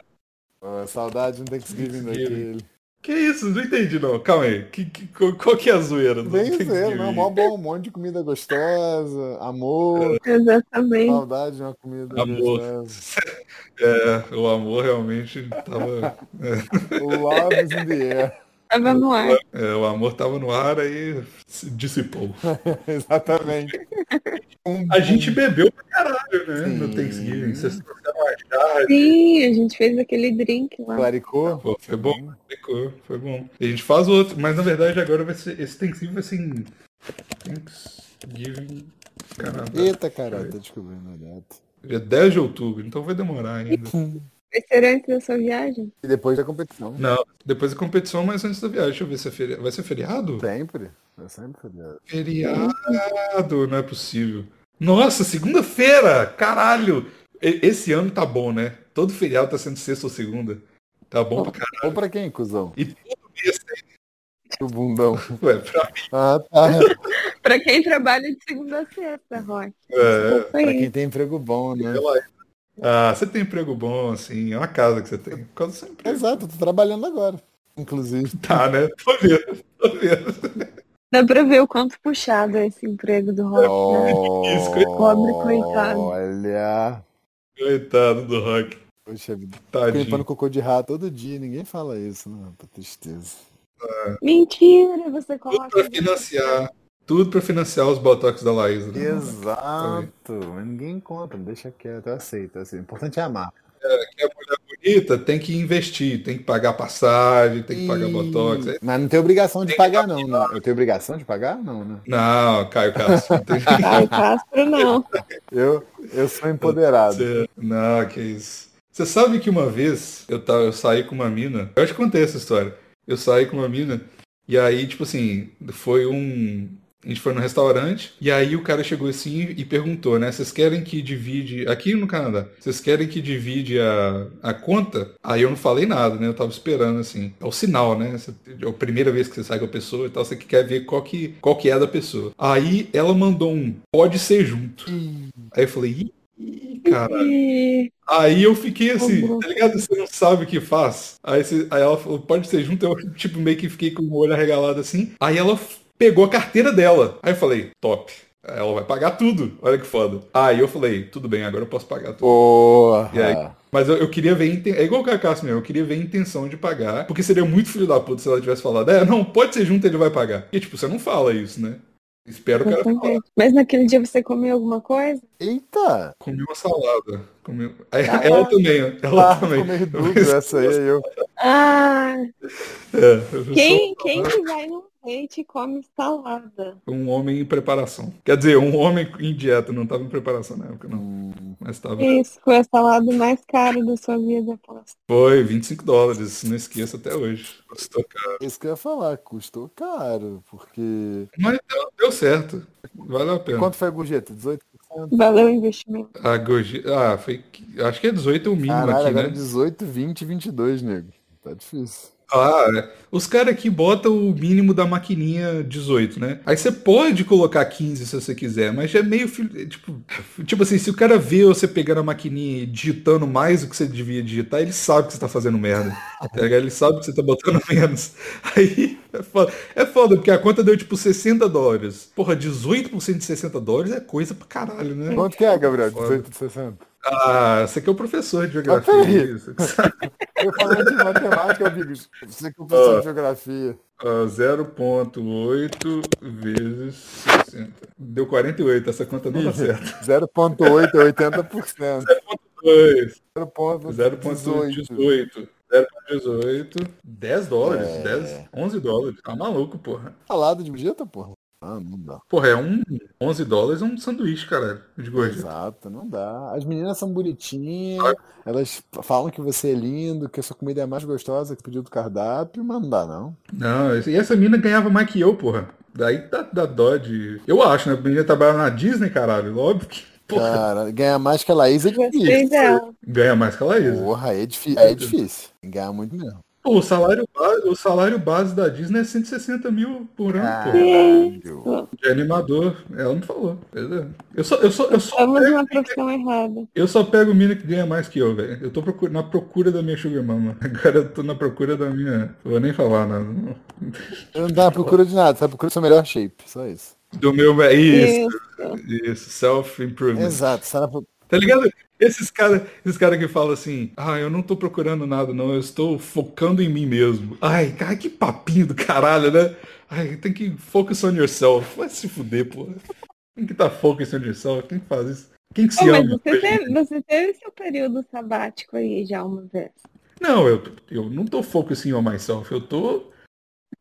Speaker 2: Ô, saudade de um Thanksgiving
Speaker 3: Thanksgiving.
Speaker 2: daquele.
Speaker 3: Que é isso? Não entendi, não. Calma aí. Que, que- qual, qual que é a zoeira do
Speaker 2: Bem zero,
Speaker 3: Thanksgiving?
Speaker 2: não. Mó bom, um monte de comida gostosa, amor,
Speaker 1: Exatamente.
Speaker 2: saudade de uma comida
Speaker 3: Amor.
Speaker 2: gostosa.
Speaker 3: É, o amor realmente tava...
Speaker 2: Love is in the air.
Speaker 1: Tava no ar.
Speaker 3: é, o amor tava no ar, aí se dissipou.
Speaker 2: *laughs* Exatamente. Um-
Speaker 3: A gente bebeu pra caralho, né?
Speaker 2: Sim.
Speaker 3: No Thanksgiving. Vocês trouxeram uma jarra,
Speaker 1: Sim, a gente fez aquele drink lá.
Speaker 2: Claricou?
Speaker 3: Pô, foi bom. Ficou, foi bom. A gente faz outro, mas na verdade agora vai ser. Esse Thanksgiving vai ser em. Thanksgiving. Caramba.
Speaker 2: Eita, caralho, tô descobrindo a data.
Speaker 3: Dia 10 de outubro, então vai demorar ainda.
Speaker 1: Vai ser antes da sua viagem?
Speaker 2: E depois da competição.
Speaker 3: Não, depois da competição, mas antes da viagem. Deixa eu ver se é feriado. Vai ser feriado?
Speaker 2: Sempre. Eu sempre fazia.
Speaker 3: Feriado, não é possível. Nossa, segunda-feira! Caralho! E- Esse ano tá bom, né? Todo feriado tá sendo sexta ou segunda. Tá bom pra caralho.
Speaker 2: Ou pra quem, cuzão?
Speaker 3: E todo mês
Speaker 2: O bundão.
Speaker 3: tem, ué, é, pra,
Speaker 2: Ah, *laughs* tá.
Speaker 1: Pra quem trabalha de segunda a sexta, Rock.
Speaker 3: é,
Speaker 1: Isso
Speaker 2: pra
Speaker 1: aí.
Speaker 2: quem tem emprego bom, né?
Speaker 3: Ela- Ah, você tem emprego bom, assim, é uma casa que você tem. Por causa do seu emprego.
Speaker 2: Exato, eu tô trabalhando agora. Inclusive.
Speaker 3: Tá, né? Tô vendo, tô vendo.
Speaker 1: Dá pra ver o quanto puxado é esse emprego do Rock. né?
Speaker 2: Oh,
Speaker 1: Pobre coitado.
Speaker 2: Olha.
Speaker 3: Coitado do Rock.
Speaker 2: Poxa vida. Fico limpando
Speaker 3: Tadinho.
Speaker 2: cocô de rato todo dia. Ninguém fala isso, né? Pra tristeza.
Speaker 1: Mentira, você
Speaker 3: Tudo
Speaker 1: coloca.
Speaker 3: pra financiar. Tudo pra financiar os botox da Laísa. né?
Speaker 2: Exato. Mas ninguém conta. Deixa quieto. Eu aceito. eu aceito. O importante é amar.
Speaker 3: Quer mulher bonita, tem que investir. Tem que pagar passagem, tem que pagar
Speaker 2: E-
Speaker 3: botox. aí-
Speaker 2: Mas não tem obrigação de
Speaker 3: Tem que
Speaker 2: pagar, não, né? Eu tenho obrigação de pagar? Não, né?
Speaker 3: Não, Caio Castro. não tem que
Speaker 1: Ai, Castro, não.
Speaker 2: Eu, eu sou *laughs* empoderado.
Speaker 3: ser. Não, que isso. Você sabe que uma vez eu, tava, eu saí com uma mina. Eu acho que contei essa história. Eu saí com uma mina. E aí, tipo assim, foi um. A gente foi no restaurante, e aí o cara chegou assim e perguntou, né? Vocês querem que divide. Aqui no Canadá, vocês querem que divide a, a conta? Aí eu não falei nada, né? Eu tava esperando, assim. É o sinal, né? Você- é a primeira vez que você sai com a pessoa e tal, você quer ver qual que, qual que é da pessoa. Aí ela mandou um pode ser junto. Aí eu falei, ih, cara.
Speaker 1: E...
Speaker 3: Aí eu fiquei assim,
Speaker 1: Como?
Speaker 3: tá ligado? Você não sabe o que faz. Aí, você- aí ela falou, pode ser junto. Eu, *laughs* tipo, meio que fiquei com o olho arregalado assim. Aí ela f- pegou a carteira dela. Aí eu falei, top. Ela vai pagar tudo. Olha que foda. Aí eu falei, tudo bem, agora eu posso pagar tudo.
Speaker 2: Porra.
Speaker 3: E aí? Mas eu, eu queria ver. a inten- É igual o Carcaço mesmo, eu queria ver a intenção de pagar. Porque seria muito filho da puta se ela tivesse falado, é, não, pode ser junto, ele vai pagar. E tipo, você não fala isso, né? Espero que ela falar.
Speaker 1: Mas naquele dia você comeu alguma coisa?
Speaker 2: Eita!
Speaker 3: Comi uma salada. *laughs* Comi... Aí,
Speaker 1: Ah.
Speaker 3: ela também, ó. ela
Speaker 2: Ah,
Speaker 3: também.
Speaker 2: ficou
Speaker 3: *laughs*
Speaker 2: meio dúbio essa aí, eu.
Speaker 1: Ah,
Speaker 3: É, eu
Speaker 1: quem, quem que vai num date e come salada?
Speaker 3: sou um homem em preparação. Quer dizer, um homem em dieta, não tava em preparação na época, não. Mas tava.
Speaker 2: Hum.
Speaker 1: Isso, foi a salada mais cara da sua vida, aposto.
Speaker 3: Foi 25 dólares, não esqueço até hoje. Custou caro.
Speaker 2: Isso que eu ia falar, custou caro, porque.
Speaker 3: Mas deu, deu certo. Valeu a pena.
Speaker 2: Quanto foi a gorjeta? 18%?
Speaker 1: Valeu o investimento.
Speaker 3: A goji... Ah, foi. Acho que é 18 o mínimo
Speaker 2: Caralho,
Speaker 3: aqui,
Speaker 2: agora
Speaker 3: né?
Speaker 2: 18, 20, 22, nego. Tá difícil.
Speaker 3: Ah, é. os caras aqui botam o mínimo da maquininha 18, né? Aí você pode colocar 15 se você quiser, mas já é meio fil- é, tipo, tipo assim, se o cara vê você pegando a maquininha e digitando mais do que você devia digitar, ele sabe que você tá fazendo merda. tá ligado? Ele sabe que você tá botando *laughs* menos. Aí é foda. É foda, porque a conta deu tipo 60 dólares. Porra, 18% de 60 dólares é coisa pra caralho, né?
Speaker 2: Quanto que é, Gabriel?
Speaker 3: Foda.
Speaker 2: 18 de 60?
Speaker 3: Ah, você que é o professor de geografia.
Speaker 2: Mas peraí.
Speaker 3: isso.
Speaker 2: Eu falei de matemática, amigos. Você que é o professor de geografia.
Speaker 3: Ah, 0.8 vezes 60. Deu 48, essa conta não tá certa.
Speaker 2: 0,8 é 80%.
Speaker 3: Pois,
Speaker 2: 0.18.
Speaker 3: 0.18. 0.18. 10 dólares,
Speaker 2: É.
Speaker 3: 10, 11 dólares. Tá maluco, porra.
Speaker 2: Salada de vegeta, porra? Ah, não dá.
Speaker 3: Porra, é um 11 dólares é um sanduíche, caralho, de gorjeta.
Speaker 2: Exato, não dá. As meninas são bonitinhas, elas falam que você é lindo, que a sua comida é a mais gostosa que pediu do cardápio, mas não dá, não.
Speaker 3: Não, esse- e essa mina ganhava mais que eu, porra. Daí dá, dá dó de... Eu acho, né? A menina trabalha na Disney, caralho. Óbvio que, porra,
Speaker 2: Cara, ganhar mais que a Laís é
Speaker 1: Gostei
Speaker 2: difícil.
Speaker 1: dela.
Speaker 3: ganha mais que a Laísa.
Speaker 2: Porra, aí é, difí aí é difícil. Ganhar muito mesmo.
Speaker 3: Pô, o salário, ba- o salário base da Disney é 160 mil por ano,
Speaker 2: Ah.
Speaker 3: pô.
Speaker 2: Caralho.
Speaker 3: De animador. é, Ela não falou. entendeu? Eu só, eu só, eu só,
Speaker 1: Estamos
Speaker 3: pego,
Speaker 1: numa profissão errada.
Speaker 3: eu só pego mina que ganha mais que eu, velho. Eu tô procu- na procura da minha Sugar Mama. *laughs* Agora eu tô na procura da minha. eu Vou nem falar, né?
Speaker 2: Eu não dá à procura de nada, tá à procura do seu melhor shape, só isso.
Speaker 3: Do meu. é Isso.
Speaker 1: Isso.
Speaker 3: Isso. Self-improvement.
Speaker 2: Exato, você tá na pro-
Speaker 3: Tá ligado? Esses caras esses cara que falam assim, ah, eu não tô procurando nada, não, eu estou focando em mim mesmo. Ai, cara, que papinho do caralho, né? Ai, tem que focus on yourself. Vai se fuder, pô. Quem que tá focus on yourself? Quem que faz isso? Quem que
Speaker 1: Ô,
Speaker 3: se
Speaker 1: mas
Speaker 3: ama?
Speaker 1: você teve, você teve seu período sabático aí já uma vez.
Speaker 3: Não, eu, eu não tô focusing on myself, eu tô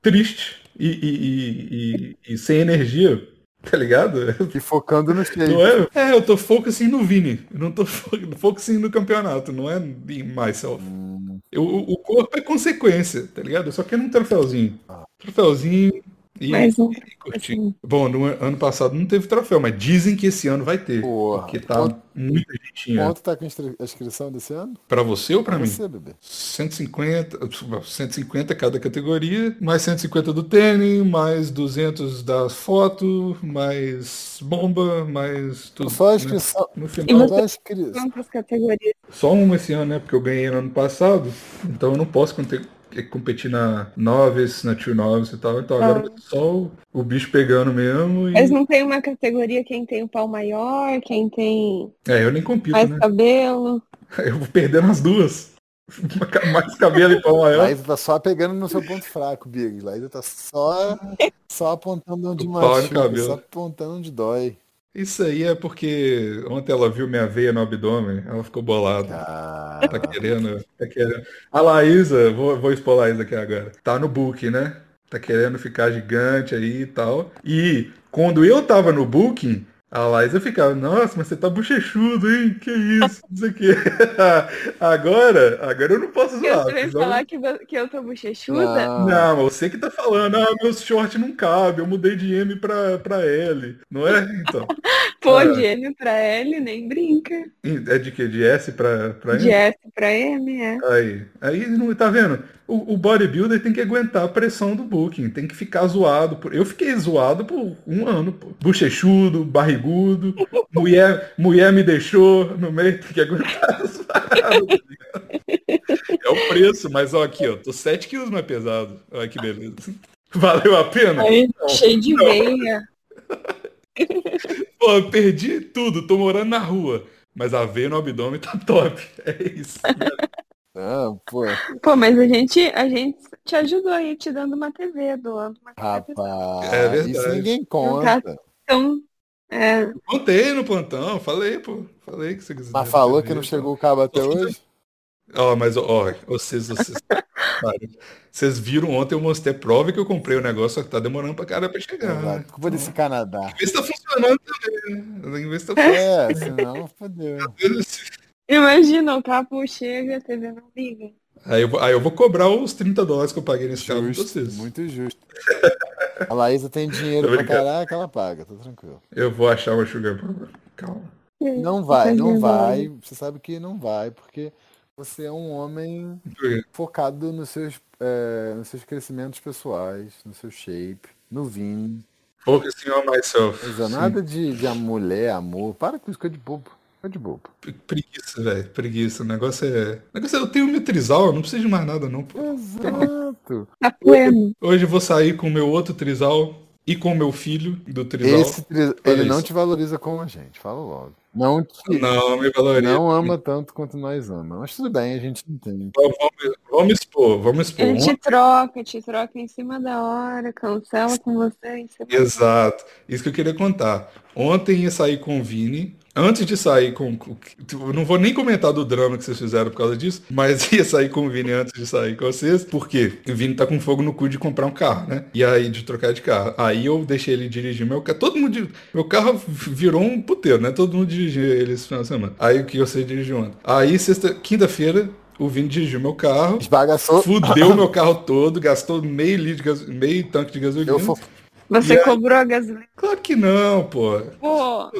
Speaker 3: triste e, e, e, e- e sem energia, tá ligado?
Speaker 2: E focando no shape.
Speaker 3: Não é? É, eu tô focusing no Vini. Eu não tô fo- focusing no campeonato, não é em myself. Eu- o o corpo é consequência, tá ligado? Eu só quero um troféuzinho. Troféuzinho e,
Speaker 1: Mas um
Speaker 3: e curtir.
Speaker 2: assim,
Speaker 3: Bom, no an- ano passado não teve troféu, mas dizem que esse ano vai ter.
Speaker 2: Porra.
Speaker 3: Porque tá
Speaker 2: Quanto-
Speaker 3: muita gente.
Speaker 2: Quanto tá com a inscri- a inscrição desse ano?
Speaker 3: Pra você ou pra mim?
Speaker 2: Você, bebê.
Speaker 3: 150, 150 cada categoria, mais 150 do tênis, mais 200 da foto, mais bomba, mais tudo.
Speaker 2: Só a
Speaker 3: né?
Speaker 2: inscrição.
Speaker 3: No
Speaker 1: E
Speaker 3: final,
Speaker 1: você-
Speaker 2: Só a inscrição.
Speaker 1: Quantas categorias?
Speaker 3: só uma esse ano, né? Porque eu ganhei no ano passado, então eu não posso conte- competir na Noves, na Tio Noves e tal. Então agora vai ser só o, o bicho pegando mesmo. e-
Speaker 1: Ah. Mas não tem uma categoria quem tem o pau maior, quem tem
Speaker 3: É, eu nem compito,
Speaker 1: mais
Speaker 3: né?
Speaker 1: cabelo.
Speaker 3: *laughs* Eu vou perdendo as duas. *laughs* Mais cabelo e pau maior.
Speaker 2: Laísa tá só pegando no seu ponto fraco, Biggs. Laísa tá só, só apontando onde
Speaker 3: O pau no
Speaker 2: machuca,
Speaker 3: cabelo.
Speaker 2: só apontando onde dói.
Speaker 3: Isso aí é porque ontem ela viu minha veia no abdômen, ela ficou bolada.
Speaker 2: Ah,
Speaker 3: Tá querendo, tá querendo. A Laísa, vou, vou expor a Laísa aqui agora. Tá no book, né? Tá querendo ficar gigante aí e tal. E quando eu tava no booking, a Laísa ficava, nossa, mas você tá bochechudo, hein? Que isso, não sei o quê. *laughs* agora, agora eu não posso
Speaker 1: Eu
Speaker 3: zoar.
Speaker 1: também
Speaker 3: senão-
Speaker 1: falar que, vo- que eu tô bochechuda?
Speaker 2: não.
Speaker 3: Não, você que tá falando, ah, meus shorts não cabem, eu mudei de M pra, pra L, não é? Então,
Speaker 1: Pô,
Speaker 3: É.
Speaker 1: de M pra L, nem brinca.
Speaker 3: é de que? De S pra, pra M?
Speaker 1: De S pra M, é.
Speaker 3: Aí, aí não tá vendo? O, o bodybuilder tem que aguentar a pressão do booking, tem que ficar zoado. Por... Eu fiquei zoado por um ano, pô. Bochechudo, barrigudo, mulher, mulher me deixou no meio, tem que aguentar *laughs* as paradas. tá ligado? É o preço, mas ó, aqui, ó, tô 7 quilos mais pesado. Olha que beleza. Valeu a pena?
Speaker 1: Aí,
Speaker 3: É, então. Não,
Speaker 1: cheio de veia.
Speaker 3: Pô, eu perdi tudo, tô morando na rua. Mas a veia no abdômen tá top. *laughs* É isso.
Speaker 2: Não, pô,
Speaker 1: Pô, mas a gente, a gente te ajudou aí, te dando uma TV, doando uma TV.
Speaker 2: rapaz.
Speaker 3: É verdade.
Speaker 2: Isso ninguém conta.
Speaker 1: Então, é,
Speaker 3: Contei no plantão, falei, pô. Falei que você quiser.
Speaker 2: Mas falou que não chegou o cabo até hoje?
Speaker 3: Ó, mas ó, vocês, vocês. Cara, vocês viram ontem eu mostrei prova que eu comprei o negócio, só que tá demorando pra caralho pra chegar. né?
Speaker 2: Exato. Culpa desse Canadá.
Speaker 3: Vê se tá funcionando também, né? Vê se tá
Speaker 2: É, senão fodeu.
Speaker 3: funcionando. Se-
Speaker 1: imagina, o capo chega, a TV não liga.
Speaker 3: Aí eu, vou- aí eu vou cobrar os 30 dólares que eu paguei nesse carro de
Speaker 2: Justo,
Speaker 3: vocês.
Speaker 2: muito justo. A Laísa tem dinheiro
Speaker 3: Tô
Speaker 2: pra
Speaker 3: brincando.
Speaker 2: caraca, ela paga, tá tranquilo.
Speaker 3: Eu vou achar uma Sugar Mama. Calma.
Speaker 2: Não vai, não
Speaker 1: Imagina.
Speaker 2: vai. Você sabe que não vai, porque você é um homem focado nos seus, é, nos seus crescimentos pessoais, no seu shape, no vinho.
Speaker 3: Pouco senhor myself.
Speaker 2: Não usa
Speaker 3: Sim.
Speaker 2: nada de, de a mulher, amor. Para com isso, coisa de bobo. Coisa de bobo.
Speaker 3: Pre- Preguiça, velho. Preguiça. O negócio é. O negócio é eu tenho metrizal, eu não preciso de mais nada, não. pô.
Speaker 2: Exato.
Speaker 1: Tá poema.
Speaker 3: Hoje eu vou sair com o meu outro trisal e com o meu filho do trisal.
Speaker 2: Esse, tri-
Speaker 3: Olha
Speaker 2: ele não
Speaker 3: isso.
Speaker 2: te valoriza como a gente, fala logo. Não te,
Speaker 3: Não, me valoriza.
Speaker 2: não ama tanto quanto nós amamos. Mas tudo bem, a gente entende.
Speaker 3: Então, Vamos, vamos expor, vamos expor.
Speaker 1: Ele te troca, te troca em cima da hora, cancela com você em cima da
Speaker 3: Exato. Isso que eu queria contar. Ontem ia sair com o Vini. Antes de sair com. com- eu não vou nem comentar do drama que vocês fizeram por causa disso, mas *laughs* ia sair com o Vini antes de sair com vocês, porque o Vini tá com fogo no cu de comprar um carro, né? E aí, de trocar de carro. Aí eu deixei ele dirigir meu carro. Todo mundo. di- Meu carro virou um puteiro, né? Todo mundo dirigia ele esse final de semana. Aí o que você dirigiu ontem? Aí, sexta, quinta-feira, o Vini dirigiu meu carro.
Speaker 2: Esbagaçou.
Speaker 3: Fudeu meu carro todo, gastou meio litro de gaso- meio tanque de gasolina.
Speaker 2: Eu fo-
Speaker 1: Você
Speaker 3: E aí?
Speaker 1: cobrou a gasolina.
Speaker 3: Claro que não, pô.
Speaker 1: Pô,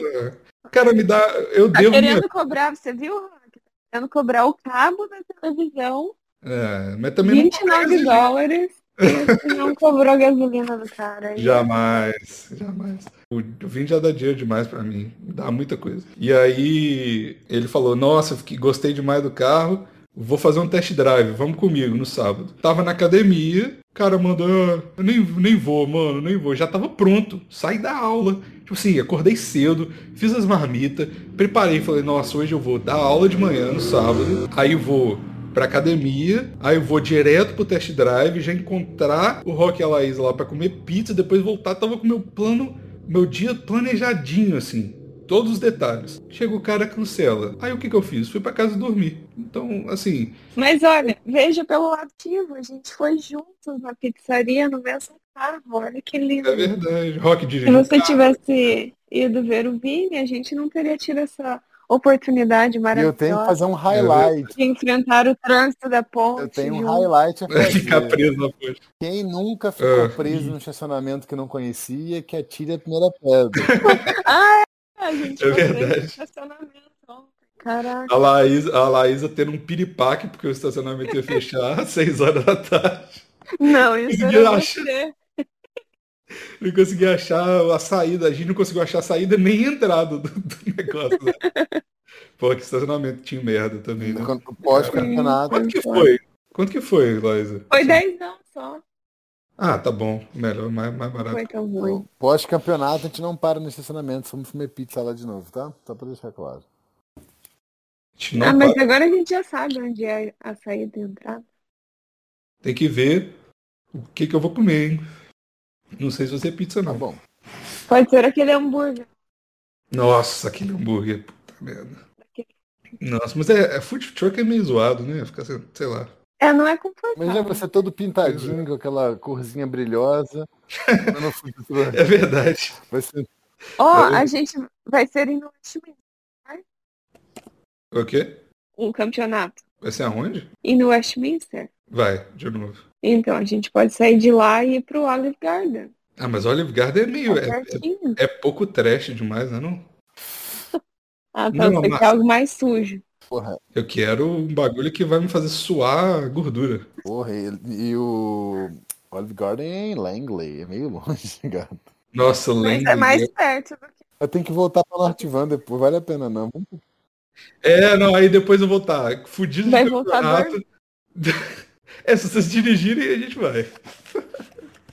Speaker 3: Cara, me dá. Eu
Speaker 1: tá
Speaker 3: devo. minha-
Speaker 1: querendo cobrar, você viu? Rafa? Tá querendo cobrar o cabo da televisão,
Speaker 3: É, mas também não
Speaker 1: 29 dólares.
Speaker 2: *laughs*
Speaker 1: E assim, não cobrou a gasolina do cara. E
Speaker 3: Jamais, jamais. O, o vinho já dá dinheiro demais pra mim, dá muita coisa. E aí ele falou: Nossa, fiquei- gostei demais do carro, vou fazer um test drive, vamos comigo no sábado. Tava na academia, o cara mandou: "Ah, Eu nem, nem vou, mano, nem vou. Já tava pronto, saí da aula. Tipo assim, acordei cedo, fiz as marmitas, preparei, falei: Nossa, hoje eu vou dar aula de manhã no sábado, aí eu vou pra academia, aí eu vou direto pro test drive, já encontrar o Rock e a Laís lá pra comer pizza, depois voltar, tava com meu plano, meu dia planejadinho, assim. Todos os detalhes. Chega o cara, cancela. Aí o que que eu fiz? Fui pra casa dormir. Então, assim,
Speaker 1: Mas olha, veja pelo ativo, a gente foi juntos na pizzaria no mesmo carro, olha que lindo.
Speaker 3: é verdade. Rock
Speaker 1: Se
Speaker 3: *laughs* dirigiu.
Speaker 1: você tivesse ido ver o Vini, a gente não teria tido essa oportunidade
Speaker 2: E eu tenho que
Speaker 1: maravilhosa
Speaker 2: fazer um highlight.
Speaker 1: de enfrentar o trânsito da ponte.
Speaker 2: Eu tenho um
Speaker 1: juntos.
Speaker 2: highlight a
Speaker 3: Ficar
Speaker 2: fazer.
Speaker 3: preso na poxa.
Speaker 2: Quem nunca ficou
Speaker 3: Ah.
Speaker 2: preso num estacionamento que não conhecia, que atire a primeira pedra.
Speaker 1: A gente
Speaker 3: É
Speaker 1: foi preso
Speaker 3: verdade.
Speaker 1: no estacionamento ontem. Caraca.
Speaker 3: A Laís, a Laísa tendo um piripaque, porque o estacionamento ia fechar às 6 horas da tarde.
Speaker 1: Não, isso
Speaker 3: Eu
Speaker 1: era
Speaker 3: acho-
Speaker 1: você.
Speaker 3: Não conseguia achar a saída, a gente não conseguiu achar a saída nem a entrada do, do negócio. né? Pô, que estacionamento tinha merda também, né?
Speaker 2: Quando- Pós-campeonato.
Speaker 3: Quanto que foi? Quanto que foi, Laísa?
Speaker 1: Foi 10 não só.
Speaker 3: Ah, tá bom. Melhor, mais, mais
Speaker 1: Não
Speaker 3: barato.
Speaker 1: foi tão ruim.
Speaker 2: Pós-campeonato, a gente não para no estacionamento. Vamos comer pizza lá de novo, tá? Só pra deixar claro.
Speaker 3: A gente não
Speaker 1: ah, mas
Speaker 3: para.
Speaker 1: agora a gente já sabe onde é a saída e a entrada.
Speaker 3: Tem que ver o que que eu vou comer, hein? Não sei se vai ser pizza,
Speaker 2: Tá
Speaker 3: não.
Speaker 2: bom.
Speaker 1: Pode ser aquele hambúrguer.
Speaker 3: Nossa, aquele hambúrguer. Puta merda. Nossa, mas é, é food truck é meio zoado, né? Fica, assim, sei lá.
Speaker 1: É, não é confortável.
Speaker 2: Imagina você todo pintadinho, com aquela corzinha brilhosa. Eu não fui pro-
Speaker 3: É verdade.
Speaker 2: Vai ser
Speaker 1: Ó,
Speaker 3: É, Eu-
Speaker 1: a gente vai ser em Westminster,
Speaker 3: O quê?
Speaker 1: um campeonato.
Speaker 3: Vai ser aonde?
Speaker 1: E no Westminster.
Speaker 3: Vai, de novo.
Speaker 1: Então, a gente pode sair de lá e ir pro Olive Garden.
Speaker 3: Ah, mas Olive Garden é meio.
Speaker 1: Tá
Speaker 3: É, é-
Speaker 1: certinho.
Speaker 3: é pouco trash demais, né? Não?
Speaker 1: Ah, pra
Speaker 3: não,
Speaker 1: você
Speaker 3: mas-
Speaker 1: que é algo mais sujo.
Speaker 2: porra.
Speaker 3: Eu quero um bagulho que vai me fazer suar gordura.
Speaker 2: Porra, e, e o Olive Garden é em Langley, é meio longe, *laughs* cara.
Speaker 3: Nossa,
Speaker 1: Mas
Speaker 3: lembro.
Speaker 1: é mais perto do que.
Speaker 2: Eu tenho que voltar pra North Van depois, vale a pena não. Vamos pro
Speaker 3: É, não, aí depois eu vou estar fudido
Speaker 1: Vai
Speaker 3: de
Speaker 1: voltar
Speaker 3: campeonato. *laughs* É, se vocês dirigirem, a gente vai.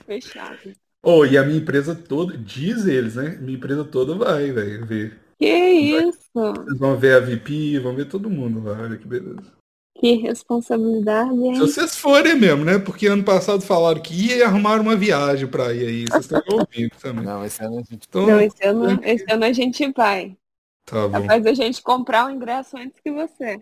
Speaker 1: Fechado.
Speaker 3: Oh, e a minha empresa toda, diz eles, né? Minha empresa toda vai, velho, ver.
Speaker 1: Que isso!
Speaker 3: Vocês vão ver a VP, vão ver todo mundo lá, olha que beleza.
Speaker 1: Que responsabilidade,
Speaker 3: Se
Speaker 1: hein?
Speaker 3: vocês forem mesmo, né? Porque ano passado falaram que ia arrumar uma viagem pra ir aí, vocês estão ouvindo também.
Speaker 2: Não, esse ano a gente.
Speaker 3: Então,
Speaker 1: Não, esse ano, esse ano a gente vai.
Speaker 3: tá bom.
Speaker 1: Capaz da gente comprar o ingresso antes que você.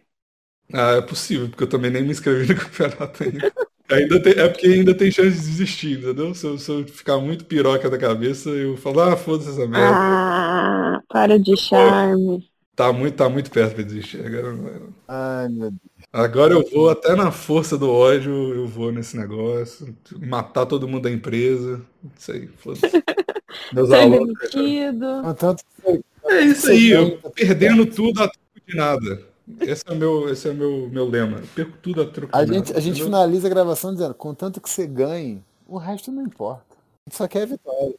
Speaker 3: Ah, é possível, porque eu também nem me inscrevi no *laughs* campeonato ainda. Ainda tem- é porque ainda tem chance de desistir, entendeu? Se eu, se eu ficar muito piroca da cabeça, eu falo, ah, foda-se essa merda.
Speaker 1: Ah, para de charme.
Speaker 3: Tá muito, tá muito perto pra desistir. Agora, não vai, não.
Speaker 2: Ai, meu Deus.
Speaker 3: agora eu vou até na força do ódio, eu vou nesse negócio, matar todo mundo da empresa. Não sei, foda-se. Meus
Speaker 1: Ser
Speaker 3: alunos.
Speaker 1: Tá demitido.
Speaker 2: Mas Tanto que
Speaker 3: É isso aí, eu perdendo tudo a troco de nada. Esse é o meu, esse é o meu, meu lema. Eu perco tudo a troco
Speaker 2: a
Speaker 3: de
Speaker 2: gente,
Speaker 3: nada,
Speaker 2: a gente
Speaker 3: entendeu?
Speaker 2: finaliza a gravação dizendo, contanto que você ganhe, o resto não importa. A gente só quer a vitória.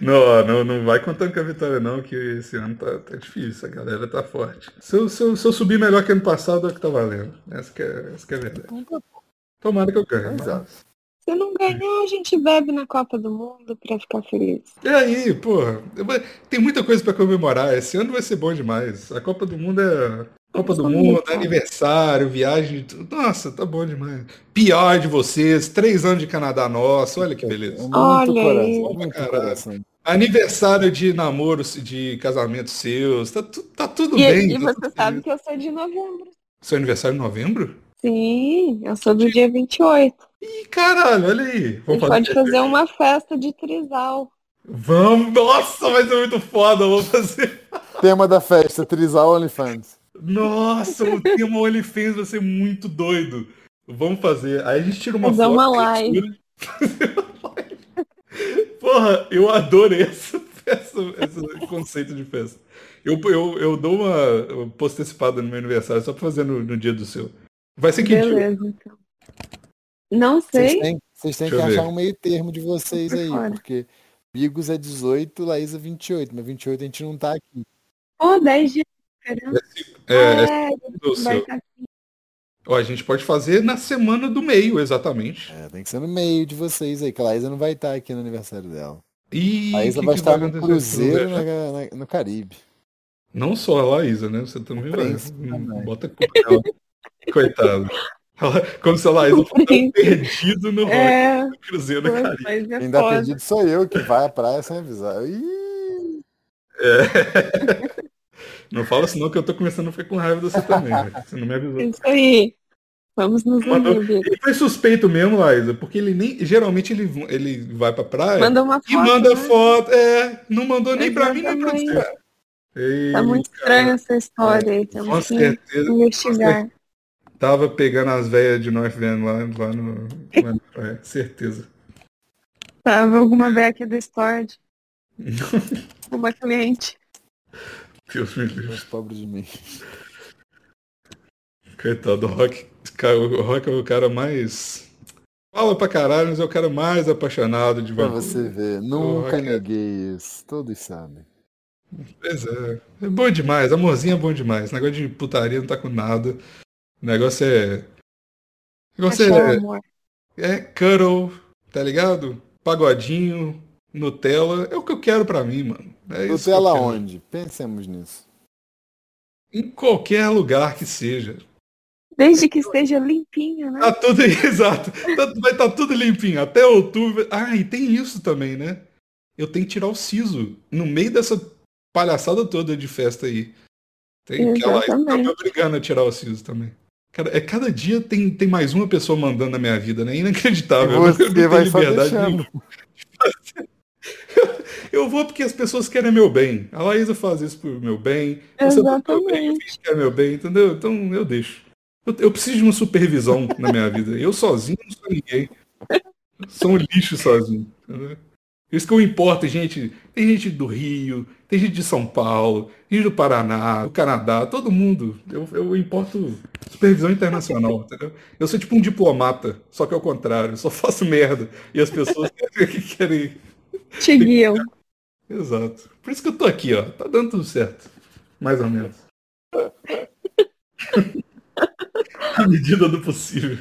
Speaker 3: Não, não, não vai contando com a vitória, não, que esse ano tá, tá difícil, a galera tá forte. Se eu, se eu- se eu subir melhor que ano passado, é o que tá valendo. Essa que é, essa que é a verdade.
Speaker 2: Então tá bom.
Speaker 3: Tomara que eu ganhe. mas-
Speaker 2: Exato.
Speaker 1: Se não ganhar, a gente bebe na Copa do Mundo pra ficar feliz.
Speaker 3: E aí, porra, eu vou- tem muita coisa pra comemorar. Esse ano vai ser bom demais. A Copa do Mundo é. Copa do Mundo, é aniversário, viagem, tudo. Nossa, tá bom demais. Pior de vocês, três anos de Canadá nosso, olha que beleza.
Speaker 2: Muito
Speaker 1: Olha aí.
Speaker 2: coração, muito
Speaker 3: Caralho.
Speaker 2: coração.
Speaker 3: Aniversário de namoro, de casamento seus, tá, tu- tá tudo
Speaker 1: E,
Speaker 3: bem.
Speaker 1: e
Speaker 3: tá
Speaker 1: você
Speaker 3: tudo
Speaker 1: sabe
Speaker 3: bem.
Speaker 1: que eu sou de novembro.
Speaker 3: Seu aniversário é em novembro?
Speaker 1: Sim, eu sou do dia 28.
Speaker 3: Ih, caralho, olha aí.
Speaker 1: A
Speaker 3: Vamos
Speaker 1: gente pode fazer uma festa de trisal.
Speaker 3: Vamos, nossa, vai ser muito foda, eu vou fazer.
Speaker 2: Tema da festa, Trisal OnlyFans.
Speaker 3: Nossa, o tema OnlyFans vai ser muito doido. Vamos fazer. Aí a gente tira uma
Speaker 1: Fazer
Speaker 3: foto.
Speaker 1: uma
Speaker 3: e tira- Porra, eu adorei *laughs* essa festa, esse conceito de festa. Eu, eu, eu dou uma eu posto antecipada no meu aniversário só pra fazer no, no dia do seu. Vai ser que dia?
Speaker 1: Beleza, então. Não
Speaker 2: Vocês
Speaker 1: sei.
Speaker 2: têm, vocês têm que
Speaker 3: Deixa eu
Speaker 2: achar
Speaker 3: ver.
Speaker 2: um meio termo de vocês aí,
Speaker 1: Olha.
Speaker 2: porque Bigos é 18, Laísa 28, mas 28 a gente não tá aqui.
Speaker 1: Pô, 10 dias. Caramba,
Speaker 3: É, é
Speaker 1: é,
Speaker 3: do
Speaker 1: vai
Speaker 3: seu.
Speaker 1: estar
Speaker 3: Ó, a gente pode fazer na semana do meio, exatamente.
Speaker 2: É, tem que ser no meio de vocês aí, que a Laísa não vai estar aqui no aniversário dela.
Speaker 3: E
Speaker 2: A Laísa
Speaker 3: que
Speaker 2: vai
Speaker 3: que
Speaker 2: estar no
Speaker 3: acontecer?
Speaker 2: Cruzeiro na- na- no Caribe.
Speaker 3: Não só a Laísa, né? Você também vai.
Speaker 2: Principalmente.
Speaker 3: Bota a culpa nela. Coitada. Ela- Como se a Laísa fosse
Speaker 1: Príncipe.
Speaker 3: perdido no rolê
Speaker 1: É,
Speaker 3: do Cruzeiro né,
Speaker 1: pô,
Speaker 3: do Caribe.
Speaker 1: mas é
Speaker 2: Quem dá
Speaker 1: foda.
Speaker 2: perdido sou eu, que vai à praia sem avisar. Ih,
Speaker 3: É. Não fala assim não, que eu tô começando a ficar com raiva de você também, velho. Você não me
Speaker 1: É
Speaker 3: avisou.
Speaker 1: Isso aí. Vamos nos
Speaker 3: Mandou-
Speaker 1: unir, Bia.
Speaker 3: Ele foi suspeito mesmo, Laísa, porque ele nem. Geralmente ele, ele vai pra praia
Speaker 1: Manda uma foto.
Speaker 3: É, e manda
Speaker 1: né?
Speaker 3: foto. É, não mandou nem pra mim, nem pra você.
Speaker 1: Exatamente. Tá muito estranha essa história aí.
Speaker 3: Ei,
Speaker 1: Temos
Speaker 3: com
Speaker 1: que
Speaker 3: certeza
Speaker 1: investigar.
Speaker 3: tava pegando as velhas de North Van lá, lá no. Lá na praia, certeza.
Speaker 1: Tava alguma beca do Stored.
Speaker 3: *laughs*
Speaker 1: Uma cliente.
Speaker 3: Deus me livre.
Speaker 2: os pobres de mim.
Speaker 3: Coitado, o Rock, ca- o Rock é o cara mais. Fala pra caralho, mas é o cara mais apaixonado de
Speaker 2: Pra
Speaker 3: Vancouver.
Speaker 2: você ver, nunca
Speaker 3: cara.
Speaker 2: neguei isso. Todos sabem.
Speaker 3: Pois é. É bom demais, amorzinho é bom demais. Negócio de putaria não tá com nada. Negócio é. Negócio
Speaker 1: Achar o
Speaker 3: é,
Speaker 1: amor.
Speaker 3: é cuddle, tá ligado? Pagodinho, Nutella. É o que eu quero pra mim, mano. É isso que eu
Speaker 2: Nutella
Speaker 3: quero.
Speaker 2: onde? Pensemos nisso.
Speaker 3: Em qualquer lugar que seja.
Speaker 1: Desde que esteja limpinho, né?
Speaker 3: Tá tudo *laughs* exato. Tá- vai estar tudo limpinho. Até outubro. Ah, e tem isso também, né? Eu tenho que tirar o siso no meio dessa palhaçada toda de festa aí. Tem que ela tá me
Speaker 1: Exatamente.
Speaker 3: obrigando a tirar o siso também. Cara, é cada dia tem, tem mais uma pessoa mandando na minha vida, né? Inacreditável. Eu não- eu não
Speaker 2: Você
Speaker 3: tenho
Speaker 2: vai só
Speaker 3: liberdade
Speaker 2: deixando.
Speaker 3: nenhuma. *laughs* Eu- Eu vou porque as pessoas querem meu bem. A Laísa faz isso pro meu bem. Ah, Você faz pro meu bem,
Speaker 1: Exatamente.
Speaker 3: quer meu bem, entendeu? Então eu deixo. Eu, eu preciso de uma supervisão na minha vida. Eu sozinho não sou ninguém. Sou um lixo sozinho. entendeu? Isso que eu importo, tem gente. Tem gente do Rio, tem gente de São Paulo, tem gente do Paraná, do Canadá, todo mundo. Eu, eu importo supervisão internacional, entendeu? Eu sou tipo um diplomata, só que ao contrário, eu só faço merda. E as pessoas *laughs* que querem.
Speaker 1: Te guiam.
Speaker 3: Exato. Por isso que eu tô aqui, ó. Tá dando tudo certo. Mais ou *laughs* menos. À medida do possível.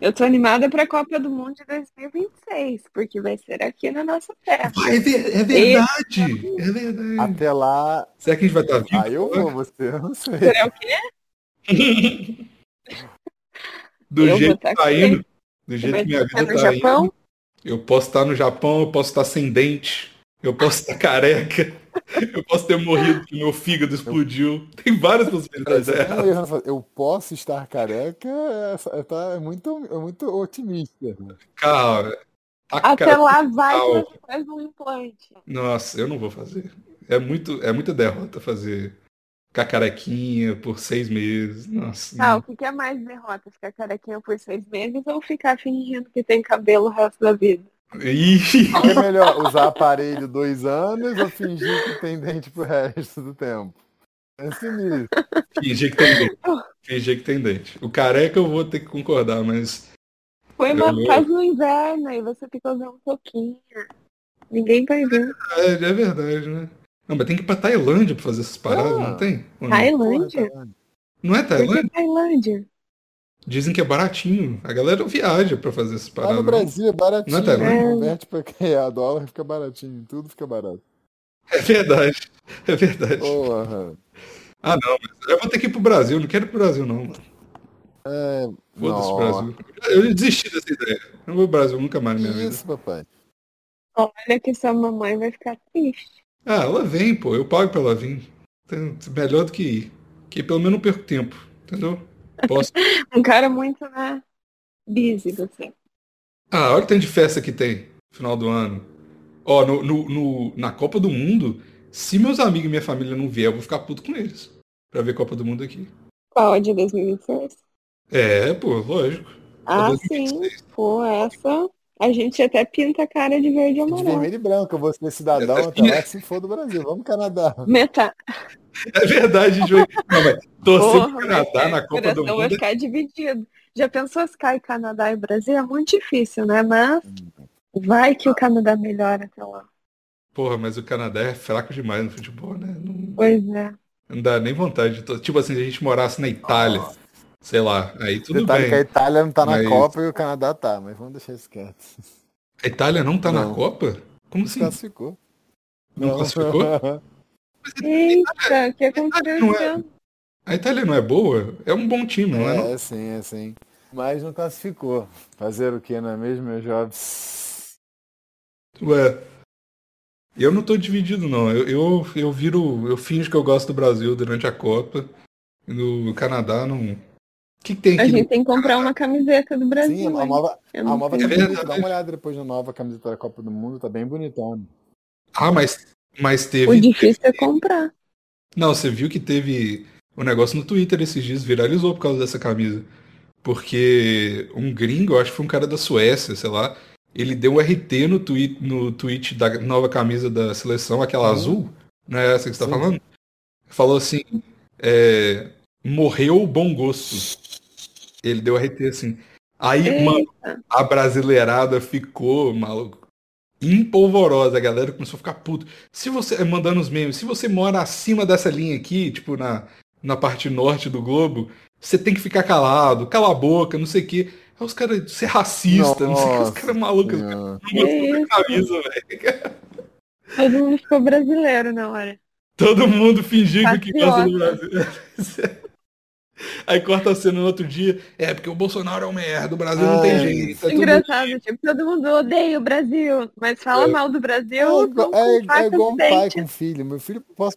Speaker 1: Eu tô animada pra Copa do Mundo de 2026, porque vai ser aqui na nossa terra.
Speaker 3: É, ver- é verdade. É verdade.
Speaker 2: Até lá.
Speaker 3: Será que a gente vai estar vivo?
Speaker 2: Aí eu vou, você eu não sei.
Speaker 1: Será o quê?
Speaker 3: Do
Speaker 1: eu vou
Speaker 3: jeito
Speaker 1: tá
Speaker 3: que tá
Speaker 1: aqui.
Speaker 3: indo. Do
Speaker 1: Você
Speaker 3: jeito
Speaker 1: vai
Speaker 3: que minha
Speaker 1: estar
Speaker 3: vida
Speaker 1: no
Speaker 3: tá indo.
Speaker 1: Japão?
Speaker 3: Eu posso estar no Japão, eu posso estar sem dente, eu posso estar careca, eu posso ter morrido que meu fígado explodiu. Tem várias possibilidades.
Speaker 2: Você
Speaker 3: É,
Speaker 2: tem um erro na sua- Eu posso estar careca, é, tá, é muito, é muito otimista.
Speaker 3: cara, tá
Speaker 1: Até
Speaker 3: cara-
Speaker 1: lá vai que
Speaker 3: total.
Speaker 1: você faz um implante.
Speaker 3: Nossa, eu não vou fazer. É muito, é muita derrota fazer cacarequinha por seis meses. Nossa,
Speaker 1: Ah,
Speaker 3: não.
Speaker 1: o que que é mais derrota? Ficar carequinha por seis meses ou ficar fingindo que tem cabelo o resto da vida?
Speaker 3: *laughs* Ih,
Speaker 2: É melhor usar aparelho dois anos ou fingir que tem dente pro resto do tempo. Pense nisso.
Speaker 3: fingir que tem dente. Fingir que tem dente. O careca eu vou ter que concordar, mas
Speaker 1: Foi uma
Speaker 3: Meu.
Speaker 1: faz no inverno e você fica usando um pouquinho. Ninguém vai ver.
Speaker 3: é, é verdade, né? Não, mas tem que ir pra Tailândia pra fazer essas paradas, não
Speaker 2: Ah.
Speaker 3: tem? Ou não?
Speaker 1: Tailândia?
Speaker 2: Porra, tá
Speaker 3: Não é
Speaker 1: Por
Speaker 3: Tailândia?
Speaker 1: que Tailândia?
Speaker 3: Dizem que é baratinho. A galera viaja pra fazer essas
Speaker 2: Lá no
Speaker 3: paradas. né?
Speaker 2: Brasil é baratinho.
Speaker 3: Não é Tailândia?
Speaker 2: Converte pra real, dólar fica baratinho. Tudo fica barato.
Speaker 3: É verdade. É verdade.
Speaker 2: Porra.
Speaker 3: Ah, não, mas eu vou ter que ir pro Brasil. Não quero ir pro Brasil, não, mano.
Speaker 2: É,
Speaker 3: Foda-se,
Speaker 2: Nossa.
Speaker 3: Brasil. Eu desisti dessa ideia. Não vou pro Brasil nunca mais na minha vida.
Speaker 2: isso, papai.
Speaker 1: Olha que sua mamãe vai ficar triste.
Speaker 3: Ah, ela vem, pô. Eu pago pra ela vir. Tem- Melhor do que ir. Que pelo menos não perco tempo. Entendeu?
Speaker 1: *laughs*
Speaker 3: Posso.
Speaker 1: Um cara muito, né? Busy, assim. você.
Speaker 3: Ah, olha o tanto de festa que tem no final do ano. Ó, no, no- no- na Copa do Mundo, se meus amigos e minha família não vier, eu vou ficar puto com eles. Pra ver Copa do Mundo aqui.
Speaker 1: Qual é de 2026?
Speaker 3: É, pô, lógico.
Speaker 1: Ah,
Speaker 3: 2026.
Speaker 1: sim. Pô, essa. A gente até pinta a cara de verde e
Speaker 2: De
Speaker 1: amarelo.
Speaker 2: vermelho e branco, eu vou ser cidadão
Speaker 3: *laughs*
Speaker 2: até lá, se for do Brasil. Vamos, Canadá.
Speaker 1: Metade.
Speaker 3: *laughs* É verdade, Joey. Não, mas torcer pro Canadá na
Speaker 1: O
Speaker 3: Copa
Speaker 1: coração
Speaker 3: do
Speaker 1: é vai
Speaker 3: Mundo. é
Speaker 1: ficar dividido. Já pensou se cai Canadá e Brasil? É muito difícil, né? Mas
Speaker 3: Hum.
Speaker 1: vai que o Canadá melhora então, até lá.
Speaker 3: Porra, mas o Canadá é fraco demais no futebol, né? Não,
Speaker 1: Pois é.
Speaker 3: não dá nem vontade de. to- Tipo assim, se a gente morasse na Itália, sei lá, aí tudo
Speaker 2: Detalhe
Speaker 3: bem.
Speaker 2: que a Itália não tá na
Speaker 3: Mas-
Speaker 2: Copa e o Canadá tá, mas vamos deixar isso quieto. *laughs*
Speaker 3: A Itália não tá na
Speaker 2: Não. Tá
Speaker 3: Copa? Como assim?
Speaker 2: Classificou. *laughs*
Speaker 3: Não classificou?
Speaker 1: Eita, o que aconteceu?
Speaker 3: Não é- A Itália não é boa? É um bom time, não é? não?
Speaker 2: É, sim, é sim. Mas não classificou. Fazer o que, não é mesmo, meus jovens?
Speaker 3: Ué. Eu não tô dividido, não. Eu, eu, eu viro. Eu finjo que eu gosto do Brasil durante a Copa. E no Canadá não. O que, que tem
Speaker 1: A
Speaker 3: aqui?
Speaker 1: gente tem que comprar uma camiseta do Brasil.
Speaker 2: Sim, a
Speaker 1: hein?
Speaker 2: nova,
Speaker 1: Eu
Speaker 2: a tá
Speaker 1: não
Speaker 2: nova
Speaker 1: sei.
Speaker 3: É
Speaker 2: camiseta.
Speaker 3: verdade.
Speaker 2: Dá uma olhada depois na nova camiseta da Copa do Mundo, tá bem bonitona.
Speaker 3: Ah, mas, mas teve.
Speaker 1: O difícil é comprar.
Speaker 3: Não, você viu que teve um negócio no Twitter esses dias, viralizou por causa dessa camisa. Porque um gringo, eu acho que foi um cara da Suécia, sei lá, ele deu um RT no tweet, no tweet da nova camisa da seleção, aquela
Speaker 2: Uhum.
Speaker 3: azul, não é essa que você tá
Speaker 2: Sim.
Speaker 3: falando? Falou assim, é, morreu o bom gosto. Ele deu RT assim. Aí,
Speaker 2: É.
Speaker 3: mano, a brasileirada ficou, maluco, empolvorosa. A galera começou a ficar puto. Se você, eh, mandando os memes, se você mora acima dessa linha aqui, tipo na, na parte norte do globo, você tem que ficar calado, cala a boca, não sei o quê. Aí os caras, você é racista, não sei o que, os
Speaker 2: Nossa
Speaker 3: caras malucos, não
Speaker 2: Não.
Speaker 3: gostam
Speaker 1: Que
Speaker 3: da
Speaker 1: isso?
Speaker 3: camisa, velho.
Speaker 1: Todo mundo ficou brasileiro na
Speaker 2: é
Speaker 1: hora.
Speaker 3: Todo mundo fingindo que gosta do
Speaker 1: Patriota.
Speaker 3: Brasil. *laughs* Aí corta a cena no outro dia, é porque o Bolsonaro é um merda, o Brasil não tem
Speaker 2: Ai.
Speaker 3: jeito. é tudo-
Speaker 1: Engraçado, tipo, todo mundo odeia o Brasil, mas fala
Speaker 3: É.
Speaker 1: mal do
Speaker 2: É,
Speaker 1: Brasil.
Speaker 2: igual-
Speaker 1: não
Speaker 2: é-
Speaker 1: com faca
Speaker 2: é igual um
Speaker 1: no
Speaker 2: pai
Speaker 1: dente.
Speaker 2: com filho. Meu filho, É, posso.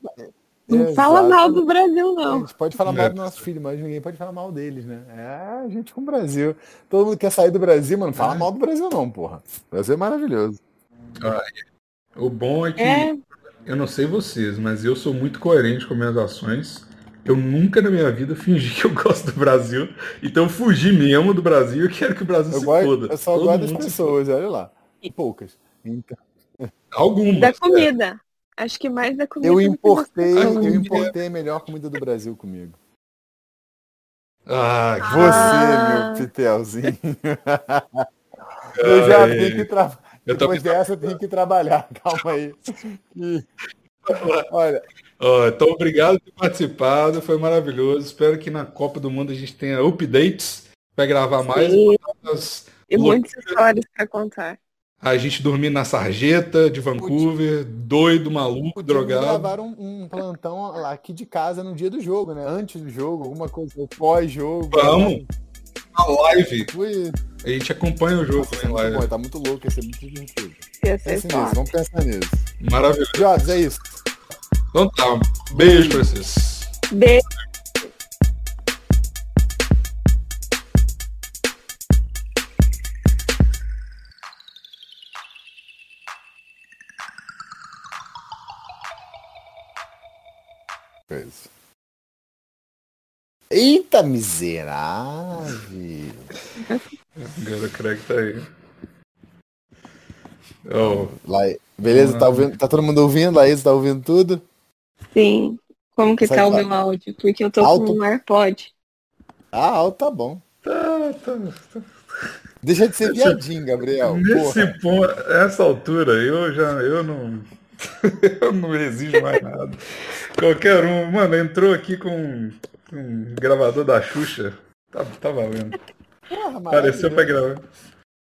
Speaker 1: Não fala
Speaker 2: Exato.
Speaker 1: mal do Brasil,
Speaker 2: A
Speaker 1: não.
Speaker 2: gente pode falar mal
Speaker 3: É.
Speaker 2: do nosso filho, mas ninguém pode falar mal deles, né? É, a gente com o Brasil. Todo mundo quer sair do Brasil, mano. Fala
Speaker 3: Ah.
Speaker 2: mal do Brasil, não, porra. O Brasil é maravilhoso.
Speaker 3: O bom é que
Speaker 1: É,
Speaker 3: Eu não sei vocês, mas eu sou muito coerente com minhas ações. Eu nunca na minha vida fingi que eu gosto do Brasil. Então eu fugi mesmo do Brasil e quero que o Brasil
Speaker 2: Eu,
Speaker 3: se
Speaker 2: gosto-
Speaker 3: foda.
Speaker 2: eu só
Speaker 3: Todo
Speaker 2: gosto das
Speaker 3: mundo se
Speaker 2: pessoas, olha lá. Poucas. Então,
Speaker 3: foda. Algumas.
Speaker 1: da comida. Acho que mais da comida.
Speaker 2: é. eu
Speaker 1: do que
Speaker 2: importei,
Speaker 1: das
Speaker 2: eu
Speaker 1: pessoas.
Speaker 2: importei a melhor comida do Brasil comigo.
Speaker 3: Ah, que
Speaker 2: Você,
Speaker 1: Ah.
Speaker 2: meu
Speaker 3: *laughs*
Speaker 2: pitelzinho.
Speaker 3: Ai.
Speaker 2: Eu já tenho que trabalhar.
Speaker 3: Eu tô
Speaker 2: Depois dessa eu tenho que trabalhar. *laughs* Calma
Speaker 3: *laughs*
Speaker 2: aí. E- Olha,
Speaker 3: Ó, então, obrigado por ter participado. Foi maravilhoso. Espero que na Copa do Mundo a gente tenha updates para gravar mais.
Speaker 1: Sim,
Speaker 3: Nós-
Speaker 1: E muitas histórias pra contar.
Speaker 3: A gente dormindo na sarjeta de Vancouver, doido, maluco,
Speaker 2: podíamos
Speaker 3: drogado.
Speaker 2: gravar um, um plantão lá aqui de casa no dia do jogo, né? Antes do jogo, alguma coisa, pós-jogo.
Speaker 3: Vamos. Na live.
Speaker 2: Foi.
Speaker 3: A gente acompanha o jogo
Speaker 2: Nossa,
Speaker 3: em
Speaker 2: é muito
Speaker 3: live.
Speaker 2: bom, tá muito louco, ia ser muito divertido.
Speaker 1: Ia ser
Speaker 2: Pensem
Speaker 1: foda.
Speaker 2: nisso, vamos pensar nisso.
Speaker 3: Maravilhoso.
Speaker 2: Jobs, é isso.
Speaker 3: Então tá. Beijo pra vocês.
Speaker 1: Beijo.
Speaker 2: É isso. Eita, miserável.
Speaker 3: Agora o Craig tá aí. Oh,
Speaker 2: Lá, beleza, tá, ouvindo, tá todo mundo ouvindo? Laís tá ouvindo tudo?
Speaker 1: Sim. Como que
Speaker 2: Sai
Speaker 1: tá o
Speaker 2: fora.
Speaker 1: meu áudio? Porque eu tô
Speaker 2: Alto.
Speaker 1: com um AirPod.
Speaker 2: Ah, alto, tá bom.
Speaker 3: tá, tá.
Speaker 2: Deixa de ser viadinho, Gabriel.
Speaker 3: Nesse
Speaker 2: Porra.
Speaker 3: ponto, essa altura, eu já eu não *laughs* eu não exijo mais nada. Qualquer um, mano, entrou aqui com um- um gravador da Xuxa. Tá, tá valendo.
Speaker 2: Porra,
Speaker 3: Apareceu pra
Speaker 2: maravilhoso.
Speaker 3: gravar.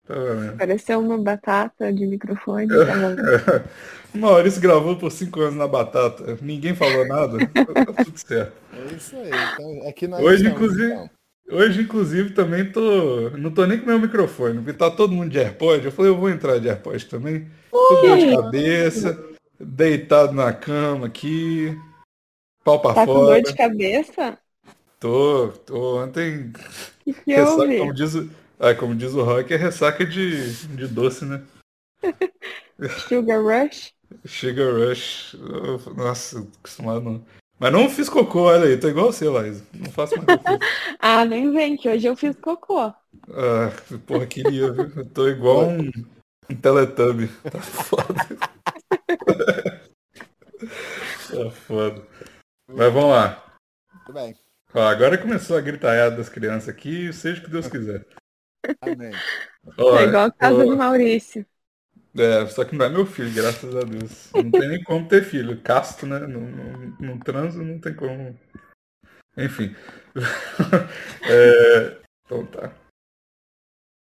Speaker 3: Tá valendo. *laughs*
Speaker 1: Pareceu uma batata de microfone.
Speaker 3: É,
Speaker 1: tá bom.
Speaker 3: O Maurício gravou por cinco anos na batata. Ninguém falou nada. Tá tudo certo.
Speaker 2: É isso aí. Então, aqui nós
Speaker 3: Hoje,
Speaker 2: estamos,
Speaker 3: inclusive-
Speaker 2: então.
Speaker 3: Hoje, inclusive, também tô. Não tô nem com meu microfone, porque tá todo mundo de AirPod. Eu falei, eu vou entrar de AirPod também. Tô com dor de cabeça, deitado na cama aqui, pau pra
Speaker 1: Tá com
Speaker 3: fora.
Speaker 1: dor de cabeça?
Speaker 3: Tô, tô. Ontem,
Speaker 1: O que, que
Speaker 3: ressaca,
Speaker 1: houve?
Speaker 3: como, diz, o- ah, como diz o rock, é ressaca de, de doce, né?
Speaker 1: Sugar Rush?
Speaker 3: Sugar Rush. eu- Nossa, acostumado não. Mas não fiz cocô, olha aí, tô igual você, Laís. Não faço mais cocô.
Speaker 1: Ah, nem vem, que hoje eu fiz cocô.
Speaker 3: Ah, porra, queria, viu? Eu tô igual um, um Teletubbie. Tá foda. tá foda. Mas vamos lá.
Speaker 2: Tudo bem.
Speaker 3: Ó, agora começou a gritaiada das crianças aqui, seja o que Deus quiser.
Speaker 2: Amém.
Speaker 3: Ó,
Speaker 1: é igual a casa
Speaker 3: eu-
Speaker 1: de Maurício.
Speaker 3: É, só que não é meu filho, graças a Deus. Não tem nem como ter filho. Casto, né? Não, não, não transo, não tem como. Enfim. *laughs* É, então tá.